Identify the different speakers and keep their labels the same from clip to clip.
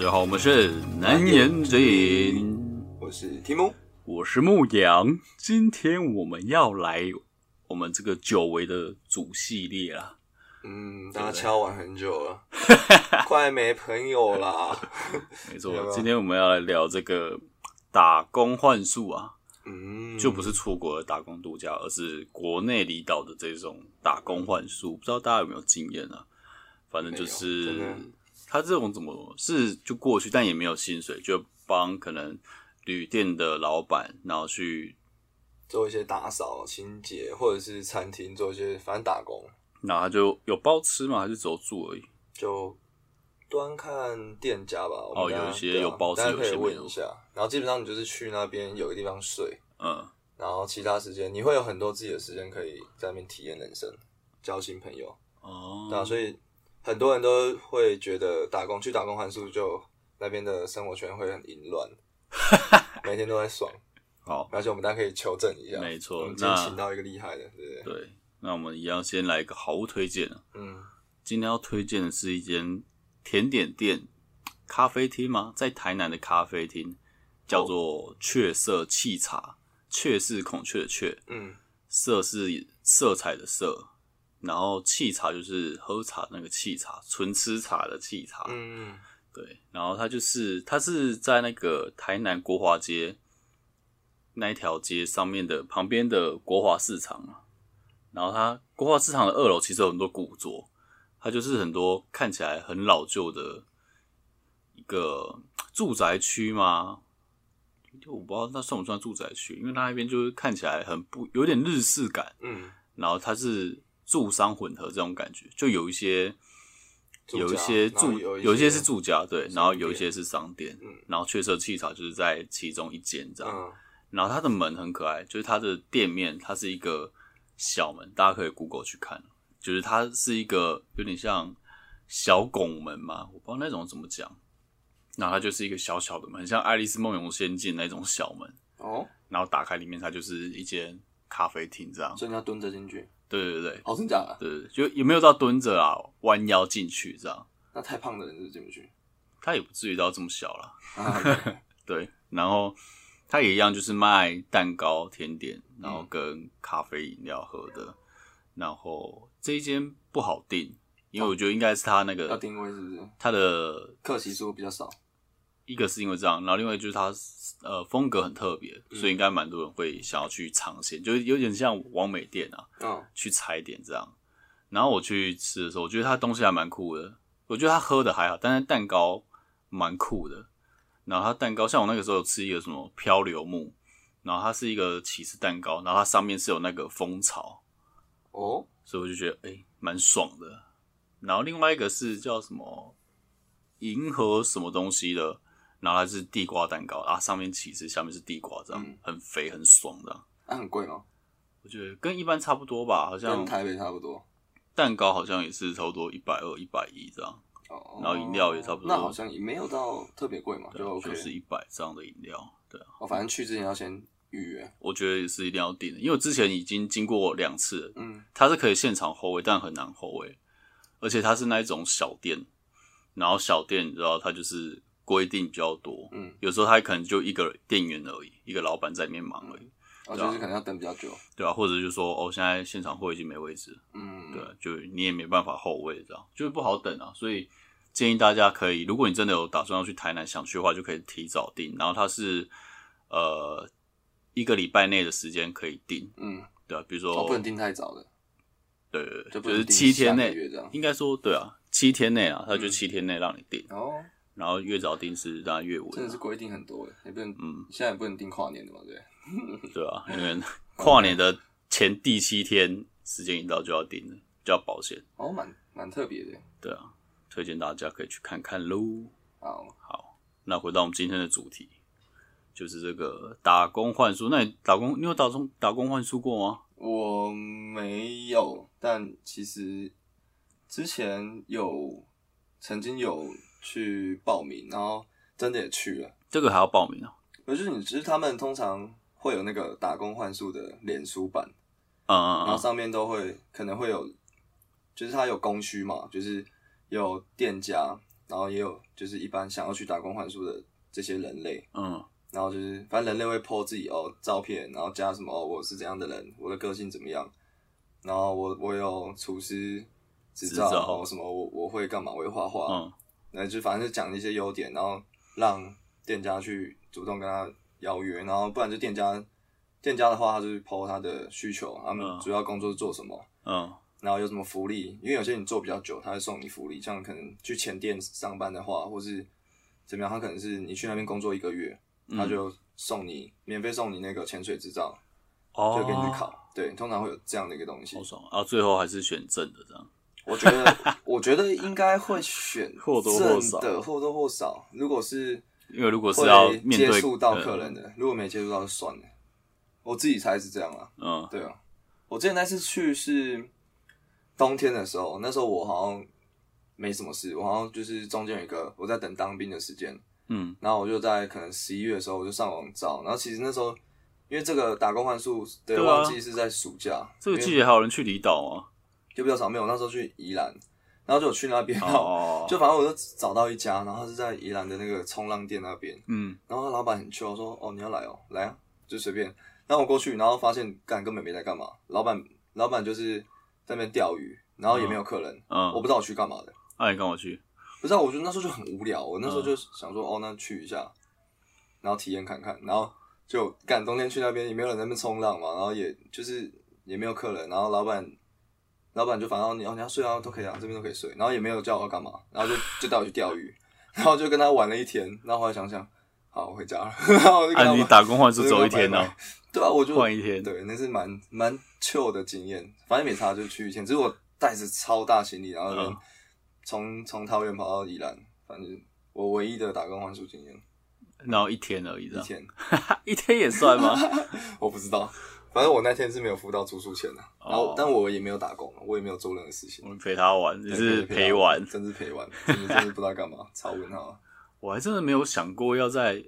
Speaker 1: 家好，我们是难言之隐，
Speaker 2: 我是提姆，
Speaker 1: 我是牧羊。今天我们要来我们这个久违的主系列啊，
Speaker 2: 嗯，大家敲完很 久了，快没朋友啦。
Speaker 1: 没错
Speaker 2: 有没，有
Speaker 1: 今天我们要来聊这个打工换宿啊，
Speaker 2: 嗯，
Speaker 1: 就不是出国的打工度假，而是国内离岛的这种打工换宿。不知道大家有没有经验啊？反正就
Speaker 2: 没有
Speaker 1: 是
Speaker 2: 真的
Speaker 1: 他这种怎么是就过去，但也没有薪水，就帮可能旅店的老板，然后去
Speaker 2: 做一些打扫、清洁，或者是餐厅做一些，反正打工
Speaker 1: 然后他就有包吃嘛，还是只有住而已。
Speaker 2: 就端看店家吧。我们
Speaker 1: 哦
Speaker 2: 大家
Speaker 1: 有一些
Speaker 2: 对啊
Speaker 1: 有包吃
Speaker 2: 大家可
Speaker 1: 有
Speaker 2: 以
Speaker 1: 些没
Speaker 2: 问
Speaker 1: 有
Speaker 2: 一下。然后基本上你就是去那边有个地方睡，
Speaker 1: 嗯，
Speaker 2: 然后其他时间你会有很多自己的时间可以在那边体验人生，交新朋友。对啊，
Speaker 1: 哦，
Speaker 2: 所以很多人都会觉得打工去打工换宿就那边的生活圈会很 淫乱，每天都在爽。
Speaker 1: 好，
Speaker 2: 而且我们大家可以求证一下，
Speaker 1: 没错
Speaker 2: 我们今天
Speaker 1: 那
Speaker 2: 请到一个厉害的，对不对？
Speaker 1: 对，那我们一样先来一个好物推荐啊。
Speaker 2: 嗯，
Speaker 1: 今天要推荐的是一间甜点店、咖啡厅吗？在台南的咖啡厅
Speaker 2: 哦
Speaker 1: 叫做雀色气茶，雀是孔雀的雀，
Speaker 2: 嗯，
Speaker 1: 色是色彩的色，然后气茶就是喝茶那个气茶，纯吃茶的气茶。
Speaker 2: 嗯，
Speaker 1: 对，然后它就是它是在那个台南国华街那一条街上面的旁边的国华市场嘛。然后它国华市场的二楼其实有很多古着，它就是很多看起来很老旧的一个住宅区嘛。就我不知道那算不算住宅区，因为它那边就是看起来很不有点日式感，
Speaker 2: 嗯，
Speaker 1: 然后它是住商混合这种感觉，就有一些
Speaker 2: 住家
Speaker 1: 有一些
Speaker 2: 然后
Speaker 1: 住
Speaker 2: 有一
Speaker 1: 有一些
Speaker 2: 些
Speaker 1: 是住家对，
Speaker 2: 商
Speaker 1: 然后有一些
Speaker 2: 店
Speaker 1: 是商店
Speaker 2: 嗯，
Speaker 1: 然后雀色气草就是在其中一间这样，
Speaker 2: 嗯，
Speaker 1: 然后它的门很可爱，就是它的店面它是一个小门，大家可以 Google 去看，就是它是一个有点像小拱门嘛，我不知道那种怎么讲，然后它就是一个小小的门，很像《爱丽丝梦游仙境》那种小门，
Speaker 2: 哦，
Speaker 1: 然后打开里面它就是一间咖啡厅这样，
Speaker 2: 所以你要蹲着进去，
Speaker 1: 对对对，
Speaker 2: 哦，真假的？
Speaker 1: 对，就也没有到蹲着啊，弯腰进去这样，
Speaker 2: 那太胖的人是进 不去
Speaker 1: 它也不至于到这么小啦。
Speaker 2: 啊，
Speaker 1: 对，然后它也一样，就是卖蛋糕、甜点，然后跟咖啡饮料喝的。然后这一间不好订，因为我觉得应该是它那
Speaker 2: 要
Speaker 1: 个
Speaker 2: 定位是不是？
Speaker 1: 它的
Speaker 2: 客席数比较少，
Speaker 1: 一个是因为这样，然后另外就是它呃风格很特别，所以应该蛮多人会想要去尝鲜，就是有点像王美店啊，
Speaker 2: 嗯，
Speaker 1: 去踩点这样。然后我去吃的时候，我觉得它东西还蛮酷的，我觉得它喝的还好，但是蛋糕蛮酷的。然后它蛋糕，像我那个时候有吃一个什么漂流木，然后它是一个起司蛋糕，然后它上面是有那个蜂巢，
Speaker 2: 哦，
Speaker 1: 所以我就觉得哎蛮、爽的。然后另外一个是叫什么银河什么东西的，然后它是地瓜蛋糕啊，上面起司，下面是地瓜，这样、
Speaker 2: 嗯
Speaker 1: 很肥很爽这样。
Speaker 2: 那很贵吗？
Speaker 1: 我觉得跟一般差不多吧，好像
Speaker 2: 跟台北差不多，
Speaker 1: 蛋糕好像也是差不多一百二、一百一这样，
Speaker 2: 哦，
Speaker 1: 然后饮料也差不多
Speaker 2: 那好像也没有到特别贵嘛，
Speaker 1: 对
Speaker 2: 就
Speaker 1: 啊
Speaker 2: OK，
Speaker 1: 就是一百这样的饮料。对啊，
Speaker 2: 哦，反正去之前要先预约，
Speaker 1: 我觉得也是一定要订的，因为我之前已经经过两次了，
Speaker 2: 嗯，
Speaker 1: 它是可以现场后位，但很难后位，而且它是那一种小店，然后小店你知道它就是规定比较多，
Speaker 2: 嗯，
Speaker 1: 有时候它可能就一个店员而已，一个老板在里面忙而已，
Speaker 2: 哦，
Speaker 1: 对啊
Speaker 2: 就是可能要等比较久，
Speaker 1: 对啊，或者就说哦，现在现场会已经没位置了，
Speaker 2: 嗯，
Speaker 1: 对啊，就你也没办法后位，这样就是不好等啊。所以建议大家可以，如果你真的有打算要去台南想去的话，就可以提早订。然后它是呃一个礼拜内的时间可以订，
Speaker 2: 嗯，
Speaker 1: 对啊，比如
Speaker 2: 哦，
Speaker 1: 说
Speaker 2: 不能定太早的，
Speaker 1: 对对对，
Speaker 2: 就不
Speaker 1: 就
Speaker 2: 能
Speaker 1: 是
Speaker 2: 定
Speaker 1: 七天
Speaker 2: 下个
Speaker 1: 内，
Speaker 2: 月这样，
Speaker 1: 应该说对啊，七天内啊，它就
Speaker 2: 嗯
Speaker 1: 七天内让你订，
Speaker 2: 哦，
Speaker 1: 然后越早订是当然越稳
Speaker 2: 真的
Speaker 1: 啊、
Speaker 2: 是规定很多诶，也不能，
Speaker 1: 嗯，
Speaker 2: 现在也不能定跨年的嘛，对，
Speaker 1: 对 啊，因为 跨年的前第七天时间一到就要订了，就要保险，
Speaker 2: 哦，蛮蛮特别的，
Speaker 1: 对啊，推荐大家可以去看看喽。
Speaker 2: 好，
Speaker 1: 那回到我们今天的主题，就是这个打工换宿。那你打工，你有打工打工换宿过吗？
Speaker 2: 我没有，但其实之前有曾经有去报名，然后真的也去了，
Speaker 1: 这个还要报名啊？
Speaker 2: 可是你就是他们通常会有那个打工换宿的脸书版。
Speaker 1: 嗯
Speaker 2: 然后
Speaker 1: 嗯
Speaker 2: 上面都会可能会有，就是它有供需嘛，就是有店家，然后也有就是一般想要去打工换宿的这些人类，
Speaker 1: 嗯，
Speaker 2: 然后就是反正人类会 po 自己哦照片，然后加什么哦我是怎样的人，我的个性怎么样，然后我我有厨师执照，
Speaker 1: 执照
Speaker 2: 哦什么我我会干嘛，我会画画，
Speaker 1: 嗯，
Speaker 2: 那就反正就讲一些优点，然后让店家去主动跟他邀约，然后不然就店家店家的话，他就是 PO 他的需求，他们
Speaker 1: 嗯
Speaker 2: 主要工作是做什么，
Speaker 1: 嗯，
Speaker 2: 然后有什么福利，因为有些你做比较久，他会送你福利，像可能去前店上班的话，或是怎么样，他可能是你去那边工作一个月，
Speaker 1: 嗯
Speaker 2: 他就送你免费送你那个潜水执照，
Speaker 1: 哦，
Speaker 2: 就给你去考。对，通常会有这样的一个东西
Speaker 1: 好。爽啊！最后还是选正的这样，
Speaker 2: 我觉得，我觉得应该会选
Speaker 1: 或多或少
Speaker 2: 正的，或多或少。如果是
Speaker 1: 因为如果是要
Speaker 2: 会
Speaker 1: 面
Speaker 2: 接
Speaker 1: 对
Speaker 2: 触到客人，的，如果没接触到就算了。我自己猜是这样啊，
Speaker 1: 嗯，
Speaker 2: 对啊。我之前那次去是冬天的时候，那时候我好像没什么事，我好像就是中间有一个我在等当兵的时间，
Speaker 1: 嗯
Speaker 2: 然后我就在可能十一月的时候我就上网找，然后其实那时候因为这个打工换宿的
Speaker 1: 对啊
Speaker 2: 旺季是在暑假，
Speaker 1: 这个
Speaker 2: 因为
Speaker 1: 季节还有人去离岛啊吗？
Speaker 2: 就比较少，没有。我那时候去宜兰，然后就有去那边，然后
Speaker 1: 哦，
Speaker 2: 就反正我就找到一家，然后是在宜兰的那个冲浪店那边，
Speaker 1: 嗯，
Speaker 2: 然后老板很 chill，说：“哦，你要来哦，来啊，就随便。”然后我过去，然后发现干根本没在干嘛，老板老板就是在那边钓鱼，然后也没有客人，
Speaker 1: 嗯
Speaker 2: 我不知道我去干嘛的，
Speaker 1: 那你跟我去，
Speaker 2: 不知道。我就那时候就很无聊，我那
Speaker 1: 嗯
Speaker 2: 时候就想说：“哦，那去一下，然后体验看看。”然后就干冬天去那边也没有人在那边冲浪嘛，然后也就是也没有客人，然后老板。老板就反正你哦你要睡啊都可以啊，这边都可以睡，然后也没有叫我要干嘛，然后就就带我去钓鱼， 然后就跟他玩了一天，然后后来想想，好我回家了， 然后我就跟他
Speaker 1: 啊，
Speaker 2: 玩
Speaker 1: 你打工换宿走一天
Speaker 2: 呢、
Speaker 1: 呢，
Speaker 2: 对啊，我就
Speaker 1: 换一天，
Speaker 2: 对，那是蛮蛮 chill 的经验。反正没差，就去一天。只是我带着超大行李，然后
Speaker 1: 嗯
Speaker 2: 从从桃园跑到宜兰，反正我唯一的打工换宿经验
Speaker 1: 然后一天而已，这
Speaker 2: 一
Speaker 1: 样
Speaker 2: 天，
Speaker 1: 一天也算吗？
Speaker 2: 我不知道。反正我那天是没有付到住宿钱的、 然后、
Speaker 1: 哦
Speaker 2: 但我也没有打工，我也没有做任何事情
Speaker 1: 我，们陪他玩，只
Speaker 2: 对
Speaker 1: 是陪玩。
Speaker 2: 真是陪玩，真的真是不知道干嘛，超 问号啊。
Speaker 1: 我还真的没有想过要在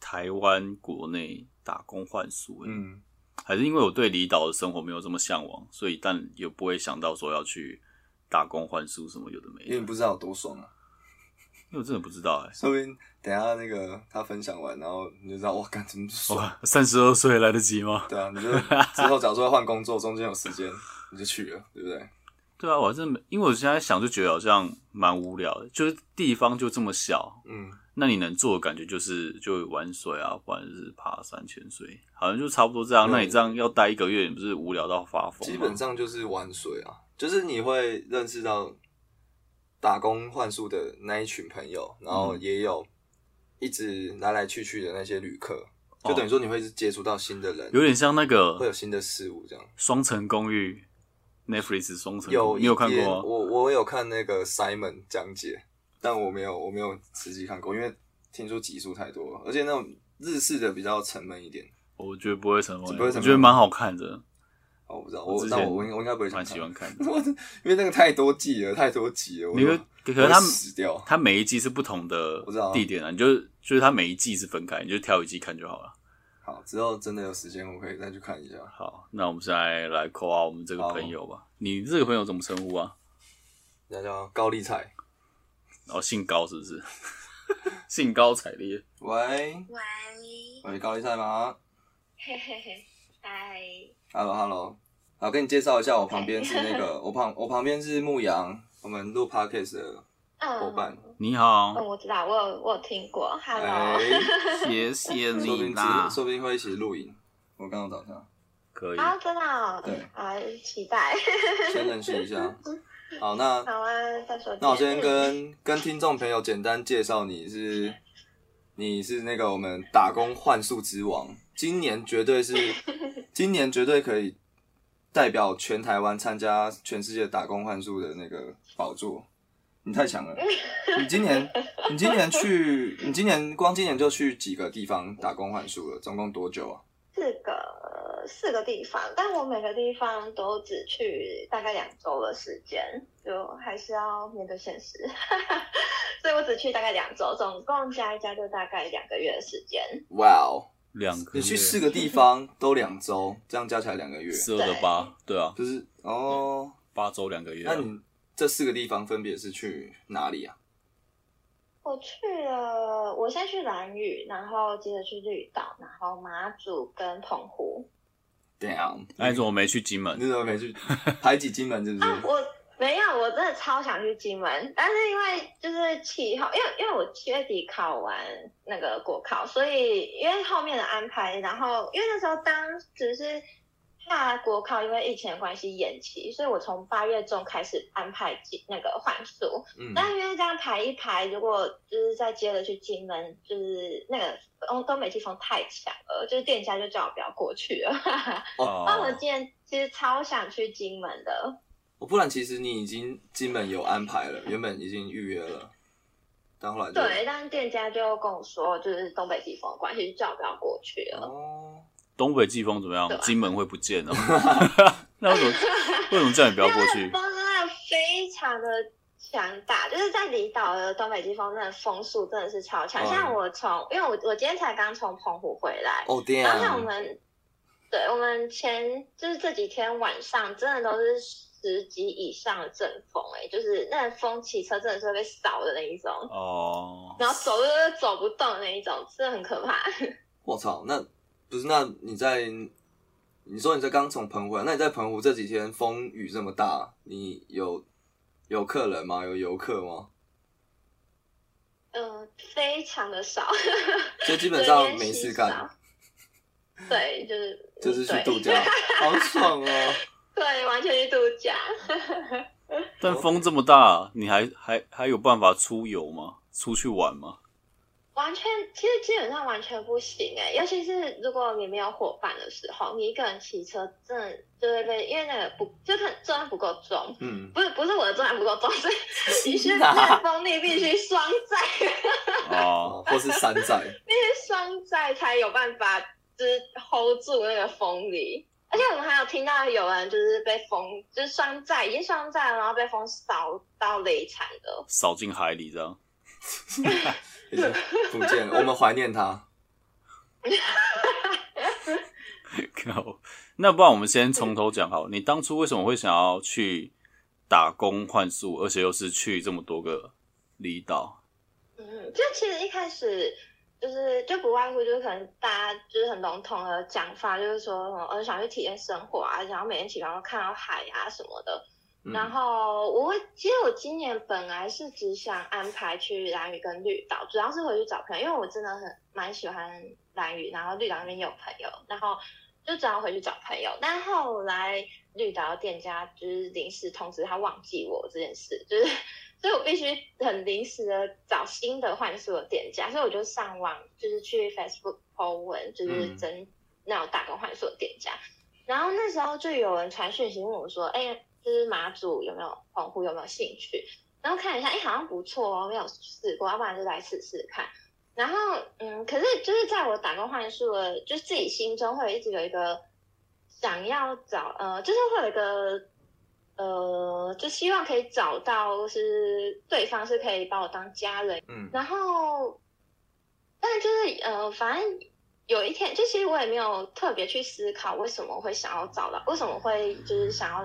Speaker 1: 台湾国内打工换宿、欸，
Speaker 2: 嗯，
Speaker 1: 还是因为我对离岛的生活没有这么向往，所以但也不会想到说要去打工换宿什么有的没
Speaker 2: 因
Speaker 1: 的，
Speaker 2: 为你不知道有多爽啊。
Speaker 1: 因为我真的不知道哎、
Speaker 2: 说不定等一下那个他分享完，然后你就知道哇，干怎么爽。
Speaker 1: 哇，三十二岁来得及吗？
Speaker 2: 对啊，你就之后假如说要换工作，中间有时间你就去了，对不对？
Speaker 1: 对啊，我还真的没，因为我现在想就觉得好像蛮无聊的，就是地方就这么小，
Speaker 2: 嗯，
Speaker 1: 那你能做的感觉就是就玩水啊，不然就是爬山潜水，好像就差不多这样。
Speaker 2: 对
Speaker 1: 那你这样要待一个月，你不是无聊到发疯吗？
Speaker 2: 基本上就是玩水啊，就是你会认识到打工换宿的那一群朋友，
Speaker 1: 嗯
Speaker 2: 然后也有一直来来去去的那些旅客，就等于说你会一直接触到新的人，
Speaker 1: 哦有点像那个
Speaker 2: 会有新的事物这样。
Speaker 1: 双层公寓，Netflix 双层公
Speaker 2: 有
Speaker 1: 寓，
Speaker 2: 一
Speaker 1: 你有看
Speaker 2: 点
Speaker 1: 过吗？啊
Speaker 2: 我我有看那个 Simon 讲解，但我没有我没有实际看过，因为听说集数太多了，而且那种日式的比较沉闷一点。
Speaker 1: 我觉得不会成功，
Speaker 2: 不会成功
Speaker 1: 我觉得蛮好看的，
Speaker 2: 哦，我不知道，
Speaker 1: 我
Speaker 2: 我
Speaker 1: 之前
Speaker 2: 但我我应我应该不会想
Speaker 1: 蛮喜
Speaker 2: 看，
Speaker 1: 欢看的。
Speaker 2: 我真因为那个太多季了，太多集了，我
Speaker 1: 你会
Speaker 2: 就
Speaker 1: 可
Speaker 2: 我
Speaker 1: 是
Speaker 2: 会
Speaker 1: 它
Speaker 2: 死掉。
Speaker 1: 它每一季是不同的
Speaker 2: 我知道啊
Speaker 1: 地点啊，你就就是它每一季是分开，你就挑一季看就好了。
Speaker 2: 好，之后真的有时间我可以再去看一下。
Speaker 1: 好，那我们现在来扣啊，我们这个
Speaker 2: 好
Speaker 1: 朋友吧。你这个朋友怎么称呼啊？
Speaker 2: 那叫高丽菜，
Speaker 1: 哦，姓高是不是？ 兴高采烈。
Speaker 2: 喂
Speaker 3: 喂，
Speaker 2: 喂，高丽菜吗
Speaker 3: 嘿嘿嘿，嗨，
Speaker 2: ？Hello Hello，好，跟你介绍一下，我旁边是那个我旁我旁边是牧羊，我们录 podcast 的
Speaker 3: 嗯，
Speaker 2: 伙伴。哎
Speaker 1: 你好，
Speaker 3: 嗯，我知道，我有我有听过，Hello，、
Speaker 1: 谢谢
Speaker 2: 说不
Speaker 1: 你
Speaker 2: 定
Speaker 1: 啦
Speaker 2: 之。说不定会一起录影。我刚刚找他，
Speaker 1: 可以，
Speaker 3: 啊，真的、哦，
Speaker 2: 对
Speaker 3: 啊，期待，
Speaker 2: 先认识一 下。好，那
Speaker 3: 好啊，再说见，
Speaker 2: 那我先跟跟听众朋友简单介绍，你是你是那个我们打工幻术之王，今年绝对是今年绝对可以代表全台湾参加全世界打工幻术的那个宝座，你太强了！你今年你今年去你今年光今年就去几个地方打工幻术了，总共多久啊？
Speaker 3: 四个四个地方，但我每个地方都只去大概两周的时间，就还是要面对现实， 所以我只去大概两周，总共加一加就大概两个月的时间，
Speaker 2: 哇哦！
Speaker 1: 两个
Speaker 2: 你
Speaker 1: 月，
Speaker 2: 去四个地方都两周，这样加起来两个月，
Speaker 1: 十二的八，对啊，
Speaker 2: 就是哦。
Speaker 1: 八周两个月啊。
Speaker 2: 那你这四个地方分别是去哪里啊？
Speaker 3: 我去了，我先去兰屿，然后接着去绿岛，然后马祖跟澎湖。
Speaker 2: Damn，嗯
Speaker 1: 那你怎么没去金
Speaker 2: 你
Speaker 1: 门？
Speaker 2: 怎么没去排挤金门？是不是？
Speaker 3: 啊，我没有，我真的超想去金门，但是因为就是气候，因为因为我七月底考完那个国考，所以因为后面的安排，然后因为那时候当时是怕国考因为疫情的关系延期，所以我从八月中开始安排进那个换宿，
Speaker 2: 嗯，
Speaker 3: 但因为这样排一排，如果就是再接着去金门，就是那个东东北季风太强了，就是店家就叫我不要过去了。
Speaker 2: 哦
Speaker 3: 那、
Speaker 1: 呃
Speaker 3: 我今天其实超想去金门的，
Speaker 2: 我不然其实你已经金门有安排了，原本已经预约了，但后来就
Speaker 3: 对，但是店家就跟我说，就是东北季风的关系，就叫我不要过去了。
Speaker 2: 哦，
Speaker 1: 东北季风怎么样
Speaker 3: 对？啊吧
Speaker 1: 金门会不见 哦。那为什么为什么叫你不要过
Speaker 3: 那
Speaker 1: 去
Speaker 3: 个？风真的非常的强大，就是在离岛的东北季风，真的风速真的是超强。
Speaker 2: 哦
Speaker 3: 像我从，因为我我今天才刚从澎湖回来，
Speaker 2: 哦
Speaker 3: 然后像我
Speaker 2: ，damn，
Speaker 3: 们，对我们前就是这几天晚上真的都是十级以上的阵风、欸，哎，就是那风骑车真的是会被扫的那一种，
Speaker 1: 哦，
Speaker 3: 然后走路都走不动的那一种，真的很可怕。
Speaker 2: 我操，那不是那你在你说你在刚从澎湖来，那你在澎湖这几天风雨这么大，你有有客人吗？有游客吗？
Speaker 3: 嗯、非常的少，
Speaker 2: 所以基
Speaker 3: 基
Speaker 2: 本上没事干，。
Speaker 3: 对，就是
Speaker 2: 就是去度
Speaker 3: 对
Speaker 2: 假，好爽哦！
Speaker 3: 对，完全去度假。
Speaker 1: 但风这么大，你还还还有办法出游吗？出去玩吗？
Speaker 3: 完全，其实基本上完全不行哎、尤其是如果你没有伙伴的时候，你一个人骑车，真的就会被，因为那个不，就可能重量不够重，
Speaker 2: 嗯，
Speaker 3: 不是不是我的重量不够重， 是必须那个风力必须双载，
Speaker 1: 哦，
Speaker 2: 哦，或是山寨，
Speaker 3: 必须双载才有办法就是 hold 住那个风力。而且我们还有听到有人就是被风，就是双载已经双载了，然后被风扫到累惨的。
Speaker 1: 扫进海里这样。
Speaker 2: 已经不见了，我们怀念他。
Speaker 1: 靠，那不然我们先从头讲好。你当初为什么会想要去打工换宿，而且又是去这么多个离岛？
Speaker 3: 嗯，就其实一开始就是就不外乎就是可能大家就是很笼统的讲法，就是说什么呃想去体验生活啊，想要每天起床都看到海啊什么的。
Speaker 2: 嗯
Speaker 3: 然后我会，其实我今年本来是只想安排去兰屿跟绿岛，主要是回去找朋友，因为我真的很蛮喜欢兰屿，然后绿岛那边有朋友，然后就只好回去找朋友。但后来绿岛店家就是临时通知他忘记我这件事，就是所以我必须很临时的找新的换宿的店家，所以我就上网就是去 Facebook 抛文，就是
Speaker 2: 嗯
Speaker 3: 真那种打工换宿的店家。然后那时候就有人传讯息问我说：“哎、就是马祖有没有澎湖有没有兴趣？”然后看了一下，哎、好像不错哦，没有试过，要不然就来试试看。然后，嗯，可是就是在我打工换宿的，就是自己心中会一直有一个想要找，呃，就是会有一个，呃，就希望可以找到是对方是可以把我当家人
Speaker 2: 嗯
Speaker 3: 然后，但就是呃，反正有一天，就其实我也没有特别去思考为什么会想要找到，为什么会就是想要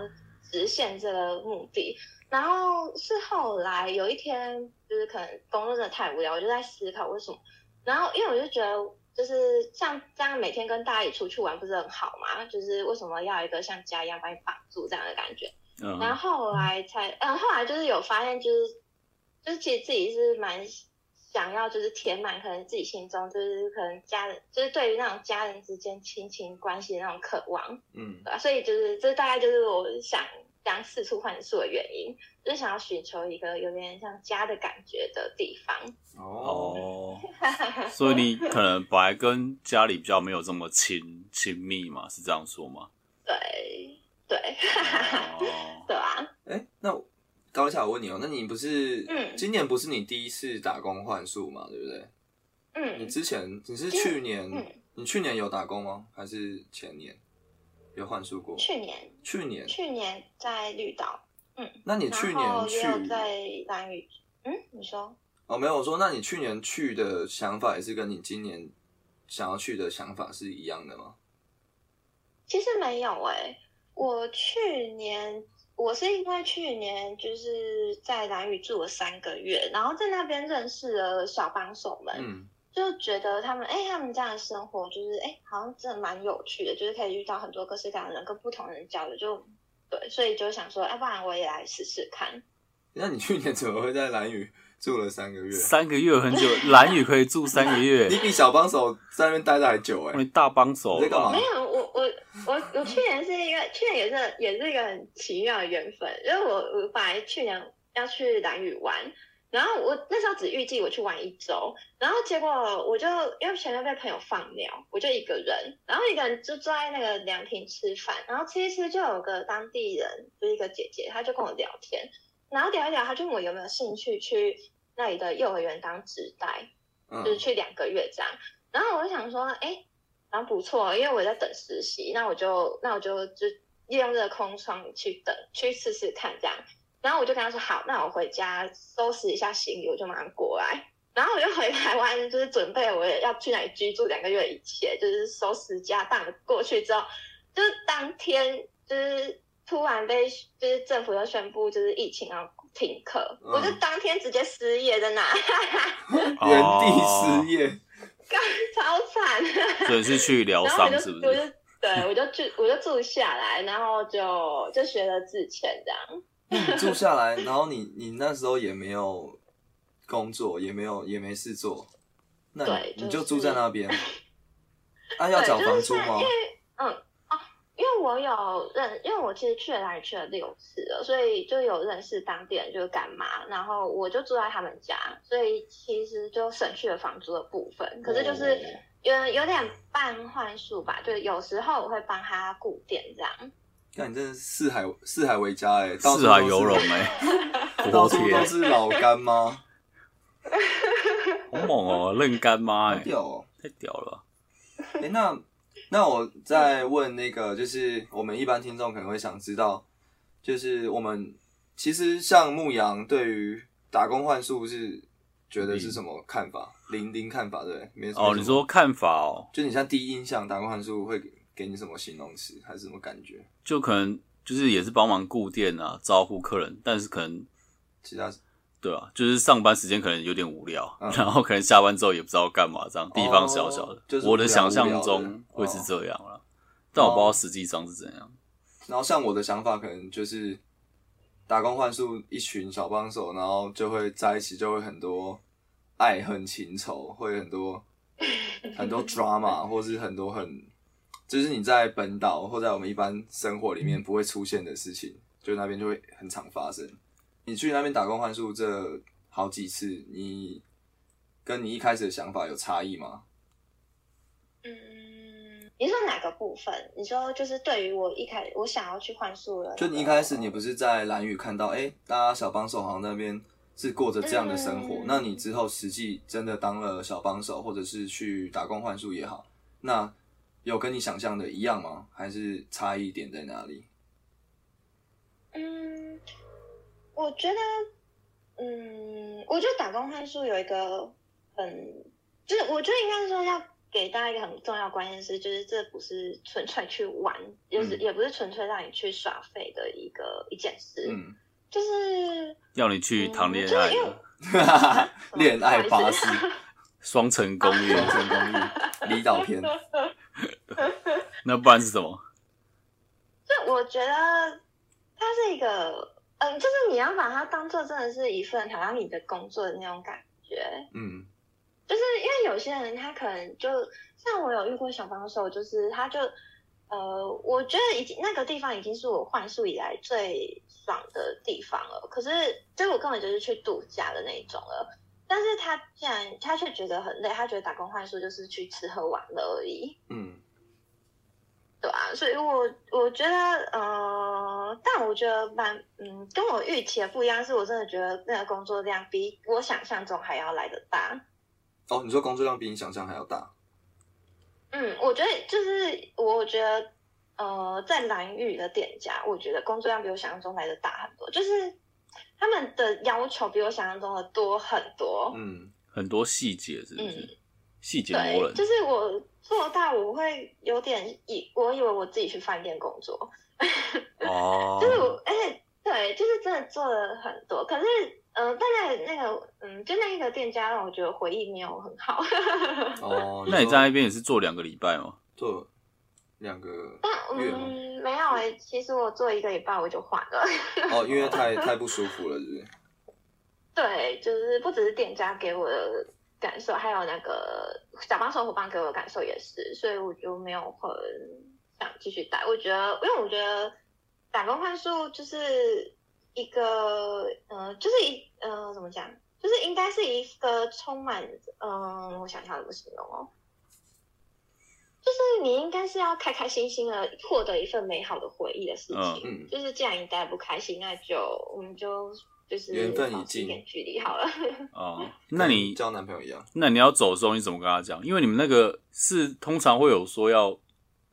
Speaker 3: 实现这个目的。然后是后来有一天，就是可能工作真的太无聊，我就在思考为什么。然后因为我就觉得，就是像这样每天跟大家一起出去玩，不是很好嘛？就是为什么要有一个像家一样把你绑住这样的感觉？然
Speaker 1: 嗯，
Speaker 3: 后后来才，嗯，后来就是有发现，就是就是其实自己是蛮想要，就是填满可能自己心中就是可能家人，就是对于那种家人之间亲情关系的那种渴望，
Speaker 2: 嗯
Speaker 3: 对，吧？所以就是这大概就是我想想四处换宿的原因，就是想要寻求一个有点像家的感觉的地方。
Speaker 2: 哦，
Speaker 1: 哦，所以你可能本来跟家里比较没有这么亲亲密嘛，是这样说吗？
Speaker 3: 对对，
Speaker 1: 哦，
Speaker 3: 对啊，
Speaker 2: 哎，那高夏，我问你哦，那你不是
Speaker 3: 嗯
Speaker 2: 今年不是你第一次打工换宿嘛，对不对？你
Speaker 3: 嗯，
Speaker 2: 之前你是
Speaker 3: 今
Speaker 2: 去年
Speaker 3: 嗯，
Speaker 2: 你去年有打工吗？还是前年有换宿过？
Speaker 3: 去年
Speaker 2: 去年，
Speaker 3: 去年在绿岛，
Speaker 2: 那你去
Speaker 3: 然后
Speaker 2: 年
Speaker 3: 也
Speaker 2: 去
Speaker 3: 有在蓝屿，嗯，你说。
Speaker 2: 哦，没有，我说那你去年去的想法也是跟你今年想要去的想法是一样的吗？
Speaker 3: 欸其实没有诶、我去年我是因为去年就是在蓝屿住了三个月，然后在那边认识了小帮手们，
Speaker 2: 嗯，
Speaker 3: 就觉得他们哎、他们这样的生活就是哎、好像真的蛮有趣的，就是可以遇到很多各式各样的人，跟不同人交流，就对，所以就想说，要、啊不然我也来试试看。
Speaker 2: 那你去年怎么会在蓝屿住了三个月？
Speaker 1: 三个月很久，蓝雨可以住三个月
Speaker 2: 你，比小帮手在那边待的还久哎、
Speaker 1: 你大帮手
Speaker 2: 你在干嘛
Speaker 1: 吧
Speaker 3: 没？有，我我我我去年是一个，去年也是也是一个很奇妙的缘分，因为我我本来去年要去蓝屿玩，然后我那时候只预计我去玩一周，然后结果我就因为前面被朋友放鸟，我就一个人，然后一个人就坐在那个凉亭吃饭，然后吃一吃就有个当地人，就是一个姐姐，她就跟我聊天，然后聊一聊，她就问我有没有兴趣去那里的幼儿园当职代，
Speaker 2: 嗯
Speaker 3: 就是去两个月这样。然后我就想说，哎，然后不错，哦因为我在等实习，那我就那我就就利用这个空窗去等，去试试看这样。然后我就跟他说，好，那我回家收拾一下行李，我就马上过来。然后我就回台湾，就是准备我要去哪里居住两个月的一切，就是收拾家当。过去之后，就是当天就是突然被就是政府又宣布就是疫情要停课，
Speaker 2: 嗯
Speaker 3: 我就当天直接失业在那，
Speaker 2: 原地失
Speaker 1: 哦
Speaker 2: 业，
Speaker 3: 超惨。
Speaker 1: 所以是去疗
Speaker 3: 然后我
Speaker 1: 伤
Speaker 3: 就是
Speaker 1: 不
Speaker 3: 我
Speaker 1: 是？
Speaker 3: 就对我就住我就住下来，然后就就学了自潜这样。
Speaker 2: 那你住下来，然后你你那时候也没有工作，也没有也没事做，那你
Speaker 3: 对
Speaker 2: 你
Speaker 3: 就
Speaker 2: 就是住在那 边，啊要
Speaker 3: 对
Speaker 2: 缴
Speaker 3: 就是
Speaker 2: 房租
Speaker 3: 在
Speaker 2: 吗
Speaker 3: 因？为嗯哦，因为我有认，因为我其实去了哪里去了六次了，所以就有认识当地人，就是干嘛，然后我就住在他们家，所以其实就省去了房租的部分。可是就是
Speaker 2: 哦
Speaker 3: 有有点半幻术吧，就是有时候我会帮他顾店这样。
Speaker 2: 看你真的是四海四海为家哎、欸，到处
Speaker 1: 四
Speaker 2: 都
Speaker 1: 海
Speaker 2: 是
Speaker 1: 游龙哎，
Speaker 2: 到
Speaker 1: 我
Speaker 2: 处都
Speaker 1: 天，
Speaker 2: 是老干妈，
Speaker 1: 好猛哦，认干妈
Speaker 2: 好
Speaker 1: 哎，
Speaker 2: 屌哦！
Speaker 1: 太屌了！
Speaker 2: 哎、那那我再问那个，就是我们一般听众可能会想知道，就是我们其实像牧羊对于打工换宿是觉得是什么看法？零零看法对不对，没什么
Speaker 1: 哦，你说看法哦，
Speaker 2: 就你像第一印象打工换宿会给给你什么形容词还是什么感觉？
Speaker 1: 就可能就是也是帮忙顾店啊，招呼客人，但是可能
Speaker 2: 其他
Speaker 1: 对啊，就是上班时间可能有点无聊，
Speaker 2: 嗯哦
Speaker 1: 然后可能下班之后也不知道干嘛，这样地方小小的，
Speaker 2: 就是
Speaker 1: 我
Speaker 2: 无
Speaker 1: 的
Speaker 2: 聊
Speaker 1: 想象
Speaker 2: 无聊的哦
Speaker 1: 中会是这样啦，但我不知道实际上是怎样。
Speaker 2: 然后像我的想法，可能就是打工换宿一群小帮手，然后就会在一起，就会很多爱恨情仇，会很多很多 drama，或是很多很就是你在本岛或在我们一般生活里面不会出现的事情，就那边就会很常发生。你去那边打工换宿这好几次，你跟你一开始的想法有差异吗？
Speaker 3: 嗯，你说哪个部分？你说就是对于我一开我想要去换宿了，
Speaker 2: 就你一开始你不是在蓝屿看到，哎、大家小帮手好像那边是过着这样的生活，
Speaker 3: 嗯
Speaker 2: 那你之后实际真的当了小帮手，或者是去打工换宿也好，那有跟你想象的一样吗？还是差异点在哪里？
Speaker 3: 嗯，我觉得，嗯，我觉得打工换宿有一个很，就是我觉得应该是说要给大家一个很重要的关键是，就是这不是纯粹去玩，就是、
Speaker 2: 嗯
Speaker 3: 也不是纯粹让你去耍废的一个一件事，
Speaker 2: 嗯，
Speaker 3: 就是
Speaker 1: 要你去谈恋
Speaker 3: 嗯
Speaker 1: 爱
Speaker 3: 就是因为
Speaker 1: 了，
Speaker 2: 恋爱巴士，
Speaker 1: 双层公 寓，
Speaker 2: 双城公寓，离岛 篇，
Speaker 1: 那不然是什么？
Speaker 3: 就我觉得它是一个，嗯，就是你要把它当做真的是一份好像你的工作的那种感觉，
Speaker 2: 嗯，
Speaker 3: 就是因为有些人他可能就像我有遇过小帮手，就是他就呃，我觉得已经那个地方已经是我幻术以来最爽的地方了。可是就是我根本就是去度假的那一种了，但是他竟然他却觉得很累，他觉得打工幻术就是去吃喝玩乐而已。
Speaker 2: 嗯，
Speaker 3: 对啊，所以我我觉得，呃，但我觉得蛮，嗯，跟我预期的不一样，是我真的觉得那个工作量比我想象中还要来得大。
Speaker 2: 哦，你说工作量比你想象还要大，
Speaker 3: 嗯，我觉得就是我觉得，呃，在蓝屿的店家，我觉得工作量比我想象中来的大很多，就是他们的要求比我想象中的多很多。
Speaker 2: 嗯，
Speaker 1: 很多细节是不
Speaker 3: 嗯
Speaker 1: 是？细节磨
Speaker 3: 对，
Speaker 1: 人
Speaker 3: 就，是我做到我会有点以我以为我自己去饭店工作，
Speaker 1: 哦
Speaker 3: 就，是我，而且做了很多，可是嗯、呃，但是那个嗯，就那一个店家让我觉得回忆没有很好。
Speaker 2: 哦，
Speaker 1: 那你
Speaker 2: 说
Speaker 1: 在那边也是做两个礼拜哦吗？
Speaker 2: 做两个
Speaker 3: 但
Speaker 2: 月吗
Speaker 3: 嗯，没有诶、其实我做一个礼拜我就换了。
Speaker 2: 哦，因为太太不舒服了，是不是？
Speaker 3: 对，就是不只是店家给我的感受，还有那个小帮手伙伴给我的感受也是，所以我就没有很想继续待。我觉得，因为我觉得打工换宿就是一个，呃，就是一，呃，怎么讲，就是应该是一个充满，嗯、我想一下怎么形容哦。就是你应该是要开开心心的获得一份美好的回忆的事情，
Speaker 2: 嗯
Speaker 3: 就是既然你待不开心，那就我们就就是
Speaker 2: 缘分已
Speaker 3: 保持一
Speaker 2: 尽
Speaker 3: 点距离好了。 嗯
Speaker 1: 哦，那你
Speaker 2: 交男朋友一样，
Speaker 1: 那你要走的时候你怎么跟他讲？因为你们那个是通常会有说要